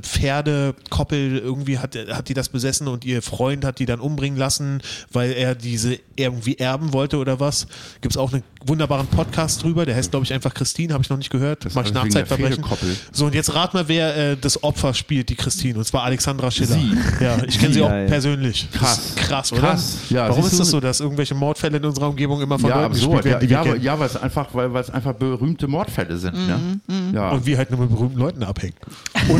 Pferdekoppel, irgendwie hat, hat die das besessen und ihr Freund hat die dann umbringen lassen, weil er diese irgendwie erben wollte oder was. Gibt es auch einen wunderbaren Podcast drüber, der heißt, glaube ich, einfach Christine, habe ich noch nicht gehört. Das ist mache ich alles wegen der Nachzeitverbrechen. Pferdekoppel. So, und jetzt rat mal, wer äh, das Opfer spielt, die Christine. Und zwar Alexandra Schiller. Sie. Ja, ich kenne sie auch Geil. persönlich. Das ist Krass, oder? Krass. Ja, Warum siehst ist das du? so, dass irgendwelche Mordfälle in unserer Umgebung immer von Ja, Leuten absurd. gespielt Ja, werden, ja, die wir aber- kennen? ja, weil es einfach, weil weil es einfach berühmte Mordfälle sind. ne? Ja. Und wir halt nur mit berühmten Leuten abhängen. Und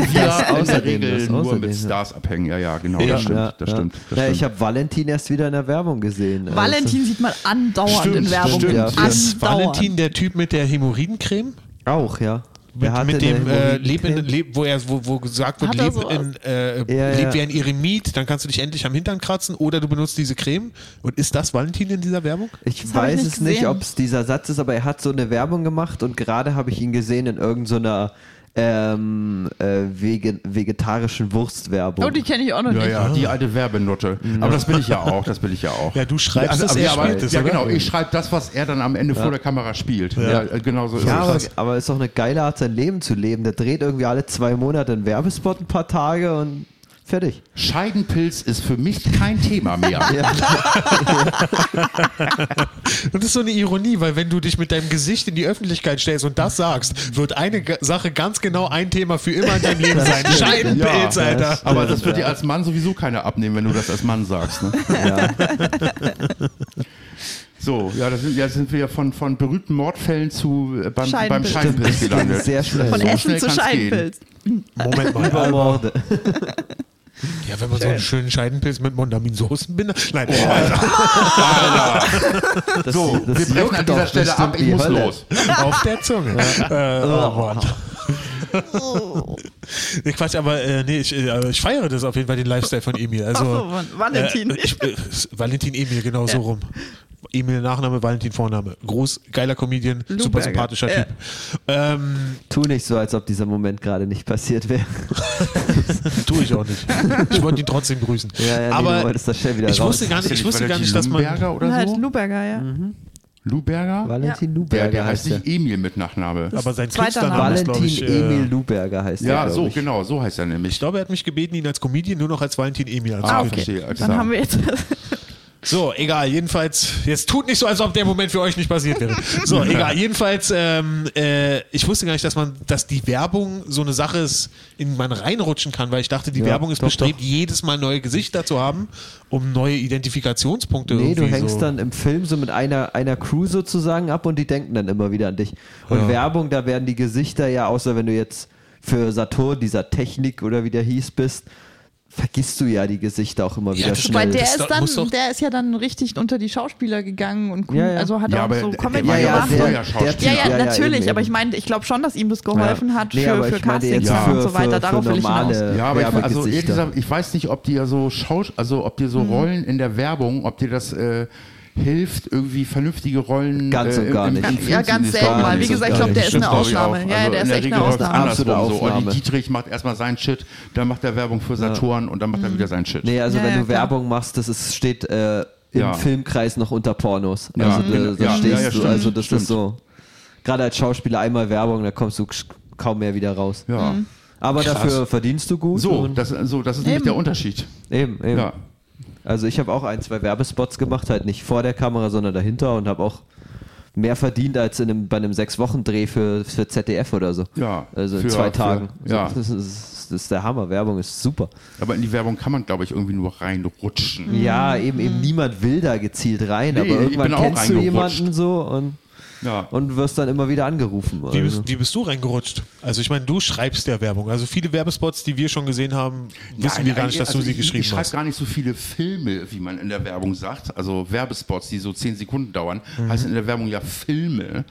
Das wir in der außerdem, Regel das nur außerdem, mit ja. Stars abhängen. Ja, ja, genau. Ja, das stimmt. Ja, das ja. stimmt. Das ja, stimmt. ich habe Valentin erst wieder in der Werbung gesehen. Also- Valentin sieht man andauernd in Werbung. stimmt, ja. Andauernd. Ist Valentin der Typ mit der Hämorrhoidencreme? Auch, ja. Mit, Der hatte mit dem eine äh, Leb in, Leb, wo er wo, wo gesagt wird, Hat er leb, sowas? in, äh, Ja, leb ja. wie ein Eremit, dann kannst du dich endlich am Hintern kratzen oder du benutzt diese Creme. Und ist das Valentin in dieser Werbung? Ich Das hab ich weiß nicht es nicht, gesehen. ob es dieser Satz ist, aber er hat so eine Werbung gemacht und gerade habe ich ihn gesehen in irgendeiner ähm, äh, vege vegetarischen Wurstwerbung. Oh, die kenne ich auch noch ja, nicht. ja, die alte Werbenotte. Aber das bin ich ja auch, das bin ich ja auch. Ja, du schreibst es, aber- er ja, aber- spielt es, Ja, oder? genau, ich schreibe das, was er dann am Ende vor der Kamera spielt. Ja, äh, genau so ist ja, aber, es. aber ist doch eine geile Art, sein Leben zu leben. Der dreht irgendwie alle zwei Monate einen Werbespot ein paar Tage und fertig. Scheidenpilz ist für mich kein Thema mehr. Und das ist so eine Ironie, weil wenn du dich mit deinem Gesicht in die Öffentlichkeit stellst und das sagst, wird eine Ga- Sache ganz genau ein Thema für immer in deinem Leben sein. stimmt. Scheidenpilz, Ja. Alter. Aber das wird dir als Mann sowieso keiner abnehmen, wenn du das als Mann sagst. Ne? So, ja, das sind, ja, sind wir ja von, von berühmten Mordfällen zu äh, beim, beim Scheidenpilz. Scheidenpilz gelandet. Sehr schnell. Von So Essen schnell zu kann's Scheinpilz. Moment mal. Über Morde. Ja, wenn man so einen schönen Scheidenpilz mit Mondaminsoßen bin. Nein, Das, So, das Oh, wir brechen juckt an doch dieser Stelle bestimmt ab, ich die muss Hölle. los. auf der Zunge. Äh, oh, Mann. Oh. Nee, Quatsch, aber äh, nee, ich, äh, aber ich feiere das auf jeden Fall, den Lifestyle von Emil. Also, Ach so, Mann, Valentin. Äh, ich, äh, Valentin Emil, genau so rum. Emil Nachname, Valentin Vorname. Groß, geiler Comedian, super Lumberger. sympathischer Ja. Typ. Ähm, Tu nicht so, als ob dieser Moment gerade nicht passiert wäre. Tue ich auch nicht. Ich wollte ihn trotzdem grüßen. Ja, ja, nee, aber du wolltest das schnell wieder ich raus. wusste gar nicht, ich wusste gar nicht, dass man. Lumberger Halt oder so? Luberger, ja. Luberger? Valentin Luberger Der, der heißt heißt er. nicht Emil mit Nachname. Aber sein Zweiter Künstlername ist, Valentin glaube ich. Emil Äh, Luberger heißt er. Ja, glaub so, ich. genau, so heißt er nämlich. ich glaube, er hat mich gebeten, ihn als Comedian nur noch als Valentin Emil als Ah, Kind. okay. verstehe, alles Dann klar. haben wir jetzt. So, egal, jedenfalls, jetzt tut nicht so, als ob der Moment für euch nicht passiert wäre. So, egal, jedenfalls, ähm, äh, ich wusste gar nicht, dass man, dass die Werbung so eine Sache ist, in man reinrutschen kann, weil ich dachte, die Ja, Werbung ist doch, bestrebt, jedes Mal neue Gesichter zu haben, um neue Identifikationspunkte Nee, du irgendwie hängst genau, so. dann im Film so mit einer, einer Crew sozusagen ab und die denken dann immer wieder an dich. Und Werbung, da werden die Gesichter ja, außer wenn du jetzt für Saturn dieser Technik oder wie der hieß bist, vergisst du ja die Gesichter auch immer wieder das- schnell. Weil der Das ist doch- dann, muss doch- der ist ja dann richtig unter die Schauspieler gegangen und Ja, ja. also hat Ja, auch aber so der- Comedy der war ja gemacht. auch Ja, vorher Schauspieler. ja, Ja, natürlich, eben, aber ich eben. meine, ich glaube schon, dass ihm das geholfen hat Nee, für, aber für ich meinte jetzt Castings Ja. und so weiter. Darauf will ich hinaus. normale Ja, aber ich, also ehrlich Äh, Werbegesichter. Hm. gesagt, ich weiß nicht, ob dir so Schaus also ob dir so Rollen in der Werbung, ob dir das äh, hilft, irgendwie vernünftige Rollen. Ganz äh, und gar im- im- nicht. im Ja, Film zu ganz sehen. selten mal. Wie Ganz gesagt, und ich gar glaub, der nicht. ist eine Stimmt, glaub ich Ausnahme. auch. Also Ja, ja, der in ist echt Regel eine läuft's Ausnahme. andersrum. Absolute So, Olli Ausnahme. Dietrich macht erstmal seinen Shit, dann macht er Werbung für Saturn und dann macht Mhm. er wieder seinen Shit. Nee, also Ja, wenn ja, du klar. Werbung machst, das ist, steht äh, im Ja. Filmkreis noch unter Pornos. Ja, Also da, genau. da Ja, stehst ja, ja, du, stimmt, also das stimmt. ist so. Gerade als Schauspieler einmal Werbung, da kommst du ksch- kaum mehr wieder raus. Ja. Mhm. Aber Krass. dafür verdienst du gut. So, und das, so, das ist nämlich Eben. der Unterschied. eben, eben. Ja. Also ich habe auch ein, zwei Werbespots gemacht, halt nicht vor der Kamera, sondern dahinter und habe auch mehr verdient als in einem, bei einem Sechs-Wochen-Dreh für, für ZDF oder so. Ja, Also in für- zwei für- Tagen. ja. Das, ist, das ist der Hammer. Werbung ist super. Aber in die Werbung kann man, glaube ich, irgendwie nur reinrutschen. Ja, eben, eben niemand will da gezielt rein, Nee, aber ich irgendwann bin auch kennst du reingerutscht. jemanden so und, Ja. und wirst dann immer wieder angerufen. Wie Also. bist, wie bist du reingerutscht? Also ich meine, du schreibst der Werbung. Also viele Werbespots, die wir schon gesehen haben, wissen wir gar nicht, dass also du sie ich, geschrieben Ich schreibe hast. gar nicht so viele Filme, wie man in der Werbung sagt. Also Werbespots, die so 10 Sekunden dauern, heißen in der Werbung ja Filme.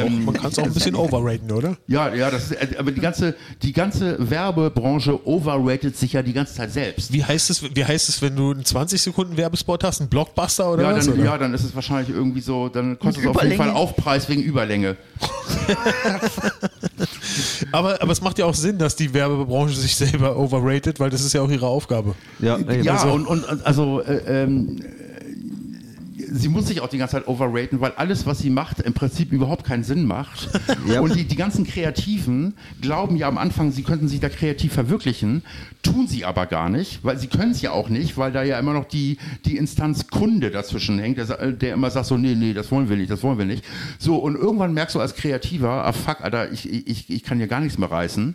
Ähm, Man kann es Mhm. auch ein bisschen overraten, oder? ja, ja, das ist, äh, aber die ganze, die ganze Werbebranche overrated sich ja die ganze Zeit selbst. Wie heißt es, wie heißt es wenn du einen 20 Sekunden Werbespot hast, einen Blockbuster oder Ja was? dann, oder? ja, dann ist es wahrscheinlich irgendwie so, dann kostet es auf jeden Überlänge. Fall Aufpreis wegen Überlänge. Aber, aber es macht ja auch Sinn, dass die Werbebranche sich selber overrated, weil das ist ja auch ihre Aufgabe. Ja, eben. Äh, Ja, Also- und, und und also äh, ähm, äh, sie muss sich auch die ganze Zeit overraten, weil alles, was sie macht, im Prinzip überhaupt keinen Sinn macht. Ja. Und die, die ganzen Kreativen glauben ja am Anfang, sie könnten sich da kreativ verwirklichen, tun sie aber gar nicht, weil sie können es ja auch nicht, weil da ja immer noch die, die Instanz Kunde dazwischen hängt, der, sa- äh, der immer sagt so, nee, nee, das wollen wir nicht, das wollen wir nicht. So, und irgendwann merkst du als Kreativer, ah fuck, Alter, ich, ich, ich kann hier gar nichts mehr reißen.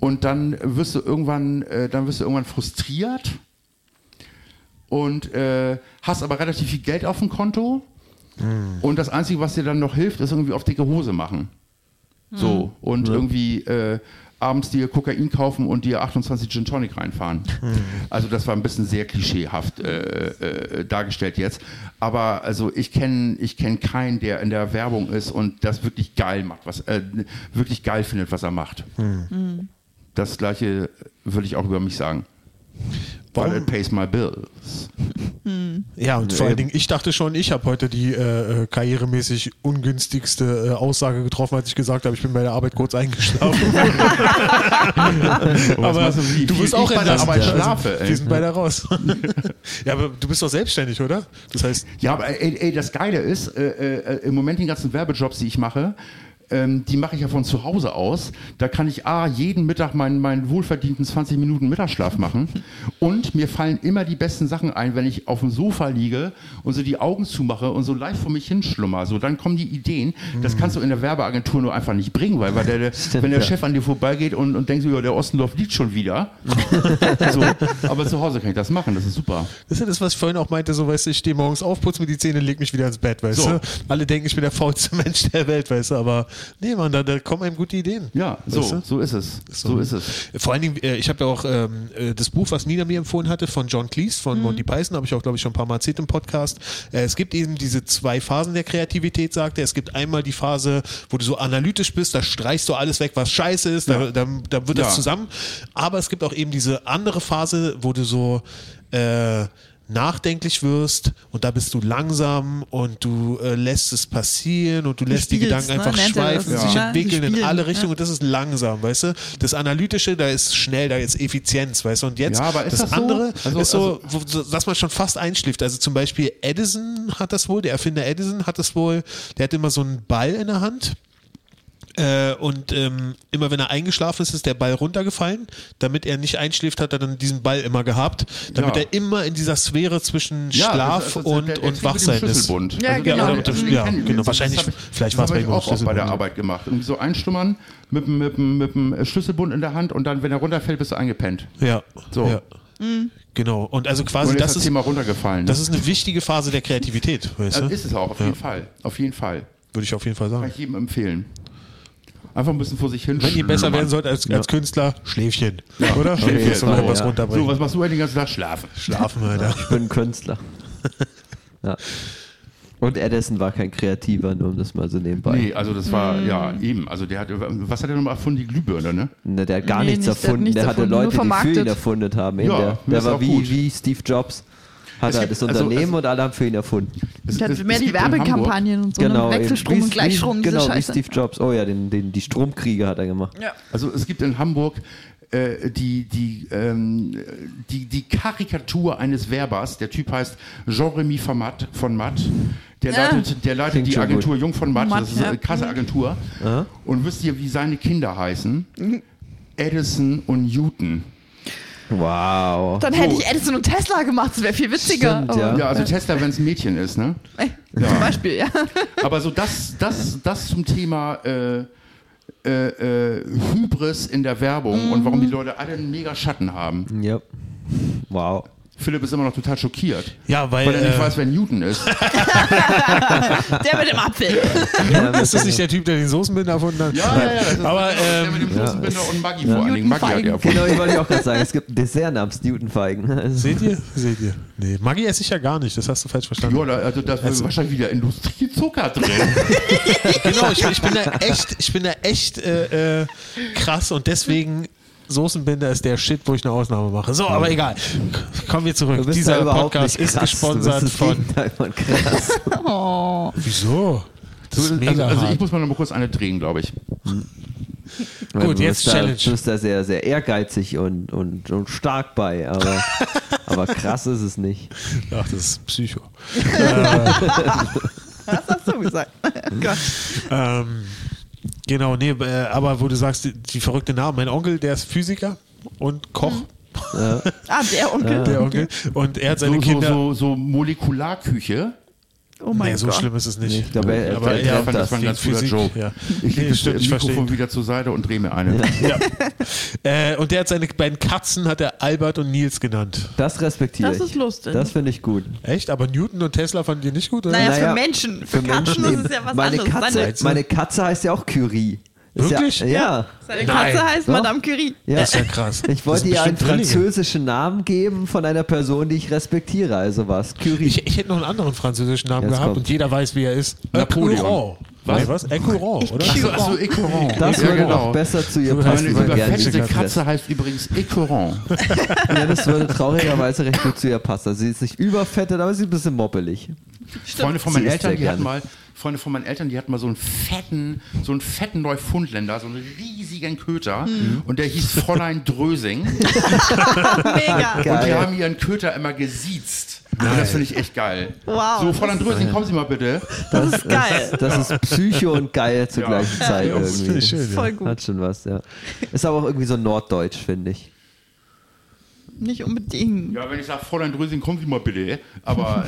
Und dann wirst du irgendwann, äh, dann wirst du irgendwann frustriert und äh, hast aber relativ viel Geld auf dem Konto. Und das Einzige, was dir dann noch hilft, ist irgendwie auf dicke Hose machen. So. Und irgendwie äh, abends dir Kokain kaufen und dir 28 Gin Tonic reinfahren. Also das war ein bisschen sehr klischeehaft äh, äh, dargestellt jetzt. Aber also ich kenne ich kenn keinen, der in der Werbung ist und das wirklich geil macht, was äh, wirklich geil findet, was er macht. Das gleiche würde ich auch über mich sagen. But Warum? it pays my bills. Ja, und vor allen Dingen, ich dachte schon, ich habe heute die äh, äh, karrieremäßig ungünstigste äh, Aussage getroffen, als ich gesagt habe, ich bin bei der Arbeit kurz eingeschlafen. aber machst du, wie- du wie wirst ich auch bei der entlassen. Arbeit Ja, schlafe, ey. wir sind beide raus. ja, aber du bist doch selbstständig, oder? Das heißt, Ja, aber ey, ey, das Geile ist, äh, äh, im Moment die ganzen Werbejobs, die ich mache, ähm, die mache ich ja von zu Hause aus. Da kann ich A, jeden Mittag meinen, meinen wohlverdienten 20 Minuten Mittagsschlaf machen. Und mir fallen immer die besten Sachen ein, wenn ich auf dem Sofa liege und so die Augen zumache und so leicht vor mich hinschlummer. So, dann kommen die Ideen. Das kannst du in der Werbeagentur nur einfach nicht bringen, weil, weil der, der, wenn der ja. Chef an dir vorbeigeht und, und denkt so, ja, der Ostendorf liegt schon wieder. so, aber zu Hause kann ich das machen, das ist super. das ist ja das, was ich vorhin auch meinte, so, weißt du, ich stehe morgens auf, putze mir die Zähne, leg mich wieder ins Bett, weißt So. du? Alle denken, ich bin der faulste Mensch der Welt, weißt du, aber nee, Mann, da, da kommen einem gute Ideen. Ja, so, Weißt du? so ist es. So ist es. Vor allen Dingen, äh, ich habe ja auch ähm, äh, das Buch, was Nina mir empfohlen hatte, von John Cleese, Mhm. von Monty Python, habe ich auch, glaube ich, schon ein paar Mal erzählt im Podcast. Äh, es gibt eben diese zwei Phasen der Kreativität, sagt er. Es gibt einmal die Phase, wo du so analytisch bist, da streichst du alles weg, was scheiße ist, da, da, da wird Ja. das zusammen. Aber es gibt auch eben diese andere Phase, wo du so äh, nachdenklich wirst und da bist du langsam und du äh, lässt es passieren und du lässt die Gedanken spielst, ne? einfach Nennt er das, schweifen, Also sich ne? entwickeln in Spielen, alle ja. Richtungen und das ist langsam, weißt du? Das Analytische, da ist schnell, da ist Effizienz, weißt du? Und jetzt Ja, aber ist das, das so? andere Also- ist so, wo- so, dass man schon fast einschläft. Also zum Beispiel Edison hat das wohl, der Erfinder Edison hat das wohl, der hat immer so einen Ball in der Hand. Äh, und ähm, immer wenn er eingeschlafen ist, ist der Ball runtergefallen. Damit er nicht einschläft, hat er dann diesen Ball immer gehabt, damit Ja. er immer in dieser Sphäre zwischen Ja, Schlaf das ist- das ist und, der- der Trick und mit dem Wachsein ist. Schlüsselbund. Ja, der- genau. der- Ja, der- ja, kennen wir. genau. Das Wahrscheinlich- hab ich- vielleicht war es das bei hab ich ihm auch auch, auch bei der Schlüsselbund. Arbeit gemacht. Irgendwie so einstummern mit, dem- mit, dem- mit dem äh, Schlüsselbund in der Hand und dann, wenn er runterfällt, bist du eingepennt. Ja. So. ja. Genau. Und also quasi, Und jetzt das das ist, Thema runtergefallen. das ist eine wichtige Phase der Kreativität, weißt also du? ist es auch, auf jeden Fall. Auf jeden Fall. Würde ich auf jeden Fall Kann sagen. ich jedem empfehlen. Einfach ein bisschen vor sich hin. Wenn ihr besser werden sollt, sollt als, als Künstler, Schläfchen. Oder? Schläfchen. Jetzt mal Oh, halt was ja. runterbringen. So, was machst du eigentlich den ganzen Tag? Schlafen. Schlafen, Alter. Ich bin ein Künstler. ja. Und Edison war kein Kreativer, nur um das mal so nebenbei. Nee, also das war, ja, Hm. eben. Also der hat, was hat er nochmal erfunden? Die Glühbirne, ne? Ne, der hat gar Nee, nichts nicht- der hat erfunden. nichts der hatte erfunden, nur Leute, die für ihn vermarktet. erfunden haben. Eben Ja, der das der ist auch war gut. wie, wie Steve Jobs. Hat Es er gibt- das also- Unternehmen also- und alle haben für ihn erfunden. Es- Der es- hat mehr es die gibt in Hamburg- Werbekampagnen und so genau. ne? eben. Wechselstrom Wie- und Gleichstrom, wie, diese genau, Scheiße. wie Steve Jobs. Oh ja, den, den, die Stromkriege hat er gemacht. ja. Also es gibt in Hamburg äh, die, die, ähm, die, die Karikatur eines Werbers. Der Typ heißt Jean-Remy von Matt. Von Matt. Der Ja. leitet, der leitet Klingt die schon Agentur Jung von Matt, Matt, das ist eine ja. krasse Agentur. Und wisst ihr, wie seine Kinder heißen? Edison und Newton. Wow. Dann hätte ich Edison und Tesla gemacht, das wäre viel witziger. Stimmt, aber- ja. Ja, also Tesla, wenn es ein Mädchen ist, ne? Ey, Zum Beispiel, ja. Aber so das, das, das zum Thema äh, äh, äh, Hybris in der Werbung und warum die Leute alle einen mega Schatten haben. Ja. Wow. Philipp ist immer noch total schockiert, Ja, weil, weil er nicht äh, weiß, wer Newton ist. Der mit dem Apfel. ist das nicht der Typ, der den Soßenbinder erfunden hat? Ja, ja, ja. Das ist genau Aber, ähm, der mit dem großen Binder und Maggi vor allen Dingen. Maggi hat Newton ja Feigen. erfunden. Genau, ich wollte auch gerade sagen, es gibt ein Dessert namens Newtonfeigen. Also, Seht ihr? Seht ihr? Nee, Maggi esse ich ja gar nicht, das hast du falsch verstanden. Ja, da- also das ist wahrscheinlich wieder Industriezucker drin. Genau, ich, ich bin da echt, ich bin da echt äh, äh, krass und deswegen Soßenbinder ist der Shit, wo ich eine Ausnahme mache. So, aber egal. Kommen wir zurück. du bist da Dieser überhaupt Podcast nicht ist krass. du gesponsert bist das von. Gegenteil von krass. Oh. Wieso? Das ist also, mega also ich hart. muss mal noch mal kurz eine drehen, glaube ich. Weil Also, du jetzt bist Challenge. Da, du bist da sehr, sehr ehrgeizig und, und, und stark bei, aber, aber krass ist es nicht. Ach, das ist Psycho. Das hast du gesagt. Hm? Gott. Ähm, genau, nee, äh, aber wo du sagst, die, die verrückte Namen. Mein Onkel, der ist Physiker und Koch. Ah, der Onkel. Der Onkel. Und er hat seine So, so, Kinder. so, so Molekularküche. Oh mein nee, so Gott. schlimm ist es nicht. Ich glaube, er- aber er- ja, er- fand, das das war ein ganz guter Physik, Joke. ja. Ich lege Nee, stimmt, das ich Mikrofon verstehe. wieder zur Seite und drehe mir eine. Ja. äh, und der hat seine beiden Katzen hat er Albert und Nils genannt. Das respektiere Das ich. ist lustig. Das finde ich gut. Echt? Aber Newton und Tesla fanden die nicht gut, oder? Naja, Naja, für Menschen. Für, Katzen ist eben. es ja was meine anderes. Katze, Seine, meine Katze heißt ja auch Curie. Ist Wirklich? Ja. ja. seine Nein. Katze heißt Doch. Madame Curie. Ja. Das ist ja krass. Ich Das wollte sind ihr einen bestimmt Drillinge. französischen Namen geben von einer Person, die ich respektiere. Also was? Curie. Ich, ich hätte noch einen anderen französischen Namen Jetzt gehabt kommt. und jeder weiß, wie er ist. Napoleon. Ecourant. Was? Nee, was? Ecourant, oder? Achso, also Ecorant. das ja, würde genau. auch besser zu ihr So Meine passen. weil die hat überfetzte nichts Katze gefressen. heißt übrigens Ecorant. Ja, das würde traurigerweise recht gut zu ihr passen. Also sie ist nicht überfettet, aber sie ist ein bisschen moppelig. Freunde von meinen Sie isst Eltern, sehr die hatten mal, gerne. Freunde von meinen Eltern, die hatten mal so einen fetten, so einen fetten Neufundländer, so einen riesigen Köter Mhm. und der hieß Fräulein Drösing und Mega. die Geil. haben ihren Köter immer gesiezt. Und das finde ich echt geil. Wow. So, Fräulein Drösing, kommen Sie mal bitte. Das ist geil. Das ist Psycho und geil zur Ja. gleichen Zeit Ja, das finde irgendwie. ich schön. Ja. Voll gut. Hat schon was, ja. Ist aber auch irgendwie so norddeutsch, finde ich. Nicht unbedingt. Ja, wenn ich sage, Fräulein Drösing, kommen Sie mal bitte. Aber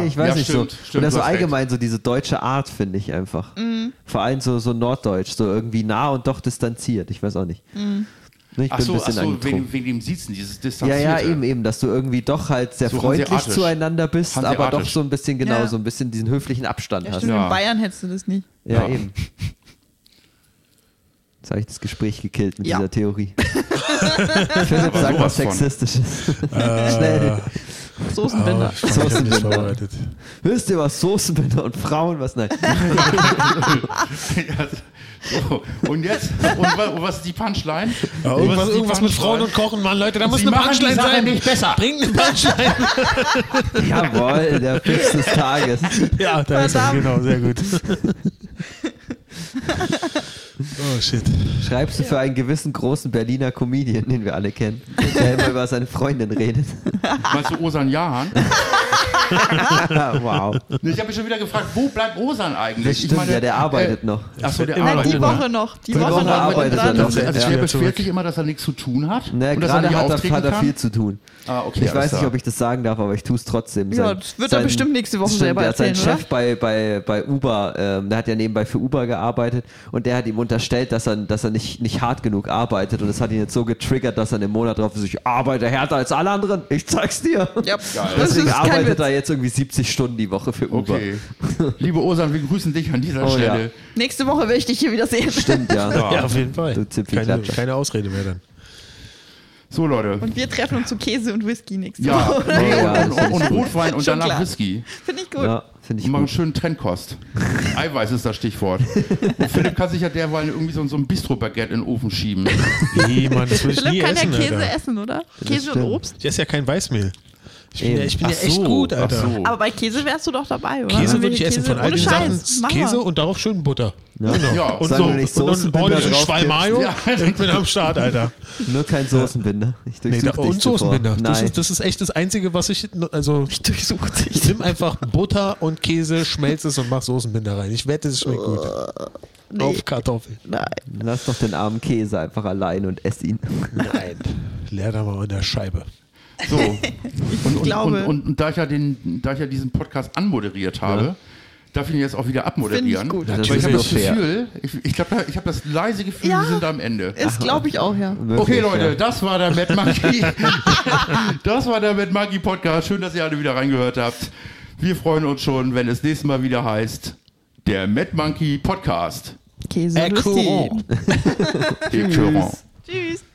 nee, ich weiß ja, nicht stimmt, so. Stimmt, und das du so hast recht. Mhm. allgemein so diese deutsche Art finde ich einfach. Vor allem so, so norddeutsch, so irgendwie nah und doch distanziert. Ich weiß auch nicht. Ne, Ich Mhm. Ach bin so, ein bisschen ach so wegen, angetrunken. wegen dem Siezen, dieses Ja, Distanzierte. ja, eben, eben, dass du irgendwie doch halt sehr So freundlich hanseatisch. zueinander bist, aber doch Hanseatisch. so ein bisschen, genau, Ja. so ein bisschen diesen höflichen Abstand Ja, hast. stimmt, Ja. in Bayern hättest du das nicht. Ja, Ja. eben. Jetzt habe ich das Gespräch gekillt mit Ja. dieser Theorie. Philipp, Aber sag was sowas von. Äh. Sexistisches. Schnell. Ah, Soßenbinder. ich fand, ich hab nicht vorbereitet. Wisst ihr, was Soßenbinder und Frauen, was nein. Ja, so. Und jetzt? Und, wa- und was ist die Punchline? Ja, Was irgendwas ist die irgendwas mit Punchline? Frauen und Kochen, Mann, Leute, da muss Sie eine machen die Punchline Sache sein. nicht besser. Bringt eine Punchline. Jawohl, der Fix des Tages. ja, da ist er, Verdammt. genau, sehr gut. oh, shit. Schreibst du für einen gewissen großen Berliner Comedian, den wir alle kennen, der immer über seine Freundin redet. Meinst du Osan Jahan? Ah, wow. Nee, Ich habe mich schon wieder gefragt, wo bleibt Osan eigentlich? Das Ich stimmt, meine, ja, der arbeitet äh, noch. ne? Achso, der Immer Nein, arbeitet. die Arbeiten. Woche noch. Die, genau. Die Woche, Woche noch. arbeitet dran. er noch. Also Ja, er beschwert zurück. sich immer, dass er nichts zu tun hat. Na, und dass er gerade nicht hat er, auftreten hat er kann. viel zu tun. Ah, okay, Ich alles weiß nicht, klar. ob ich das sagen darf, aber ich tue es trotzdem. Ja, das wird er bestimmt nächste Woche selber der hat seinen erzählen, Chef bei, bei, bei Uber, ähm, der hat ja nebenbei für Uber gearbeitet und der hat ihm unterstellt, dass er, dass er nicht, nicht hart genug arbeitet und das hat ihn jetzt so getriggert, dass er einen Monat drauf ist, ich arbeite härter als alle anderen, ich zeig's dir. Ja, das Deswegen ist kein arbeitet Witz. er jetzt irgendwie 70 Stunden die Woche für Uber. Okay. Liebe Osan, wir grüßen dich an dieser Oh, Stelle. ja. Nächste Woche will ich dich hier wieder sehen. Stimmt, ja. Ja, auf jeden Fall. Du keine, Zipfelklatscher. keine Ausrede mehr dann. So, Leute. Und wir treffen uns zu Käse und Whisky nächste Ja, Woche. nee, Oh, Ja, und, das und, und ist gut. Rotwein und Schon danach klar. Whisky. Finde ich gut. Ja, finde ich Und machen einen gut. schönen Trennkost. Eiweiß ist das Stichwort. Und Philipp kann sich ja derweil irgendwie so, so ein Bistro-Baguette in den Ofen schieben. Nee, Mann, das will ich nie Philipp kann essen, ja Käse Alter. essen, oder? Käse und stimmt. Obst. Ich esse ja kein Weißmehl. Ich bin, Eben. ja, ich bin ja Ach echt so, gut, ach Alter. so. Aber bei Käse wärst du doch dabei, oder? Käse Wenn wir würde ich den essen von all Ohne den Sachen. Scheiß, mach Käse mal. und darauf schön Butter. Ja. Ja, Solange Und so, du nicht und Soßenbinder einen ordentlichen draufkippst. Schwall Mayo. Ja. Ich bin am Start, Alter. Nur kein Soßenbinder. Ich Nee, durchsuche da, dich und zuvor. Soßenbinder. Das Nein. ist, das ist echt das Einzige, was ich. Also, ich durchsuche Ich nehme einfach Butter und Käse, schmelze es und mach Soßenbinder rein. Ich wette, es schmeckt gut. Auf Kartoffeln. Nein. Lass doch den armen Käse einfach allein und ess ihn. Nein. Leer da mal in der Scheibe. So. Und, und, und, glaube. und, und da, ich ja den, da ich ja diesen Podcast anmoderiert habe, darf ich ihn jetzt auch wieder abmoderieren. Finde ich gut. Das Weil ich ist habe nur das fair. Gefühl, ich, ich glaube, ich habe das leise Gefühl, Ja. Äh, wir sind am Ende. Ist, glaube ich, auch, ja. Okay, äh, Wirklich, Leute, ja. das war der Mad Monkey. das war der Mad Monkey Podcast. Schön, dass ihr alle wieder reingehört habt. Wir freuen uns schon, wenn es nächstes Mal wieder heißt, der Mad Monkey Podcast. Käse und Whisky. Tschüss. Tschüss.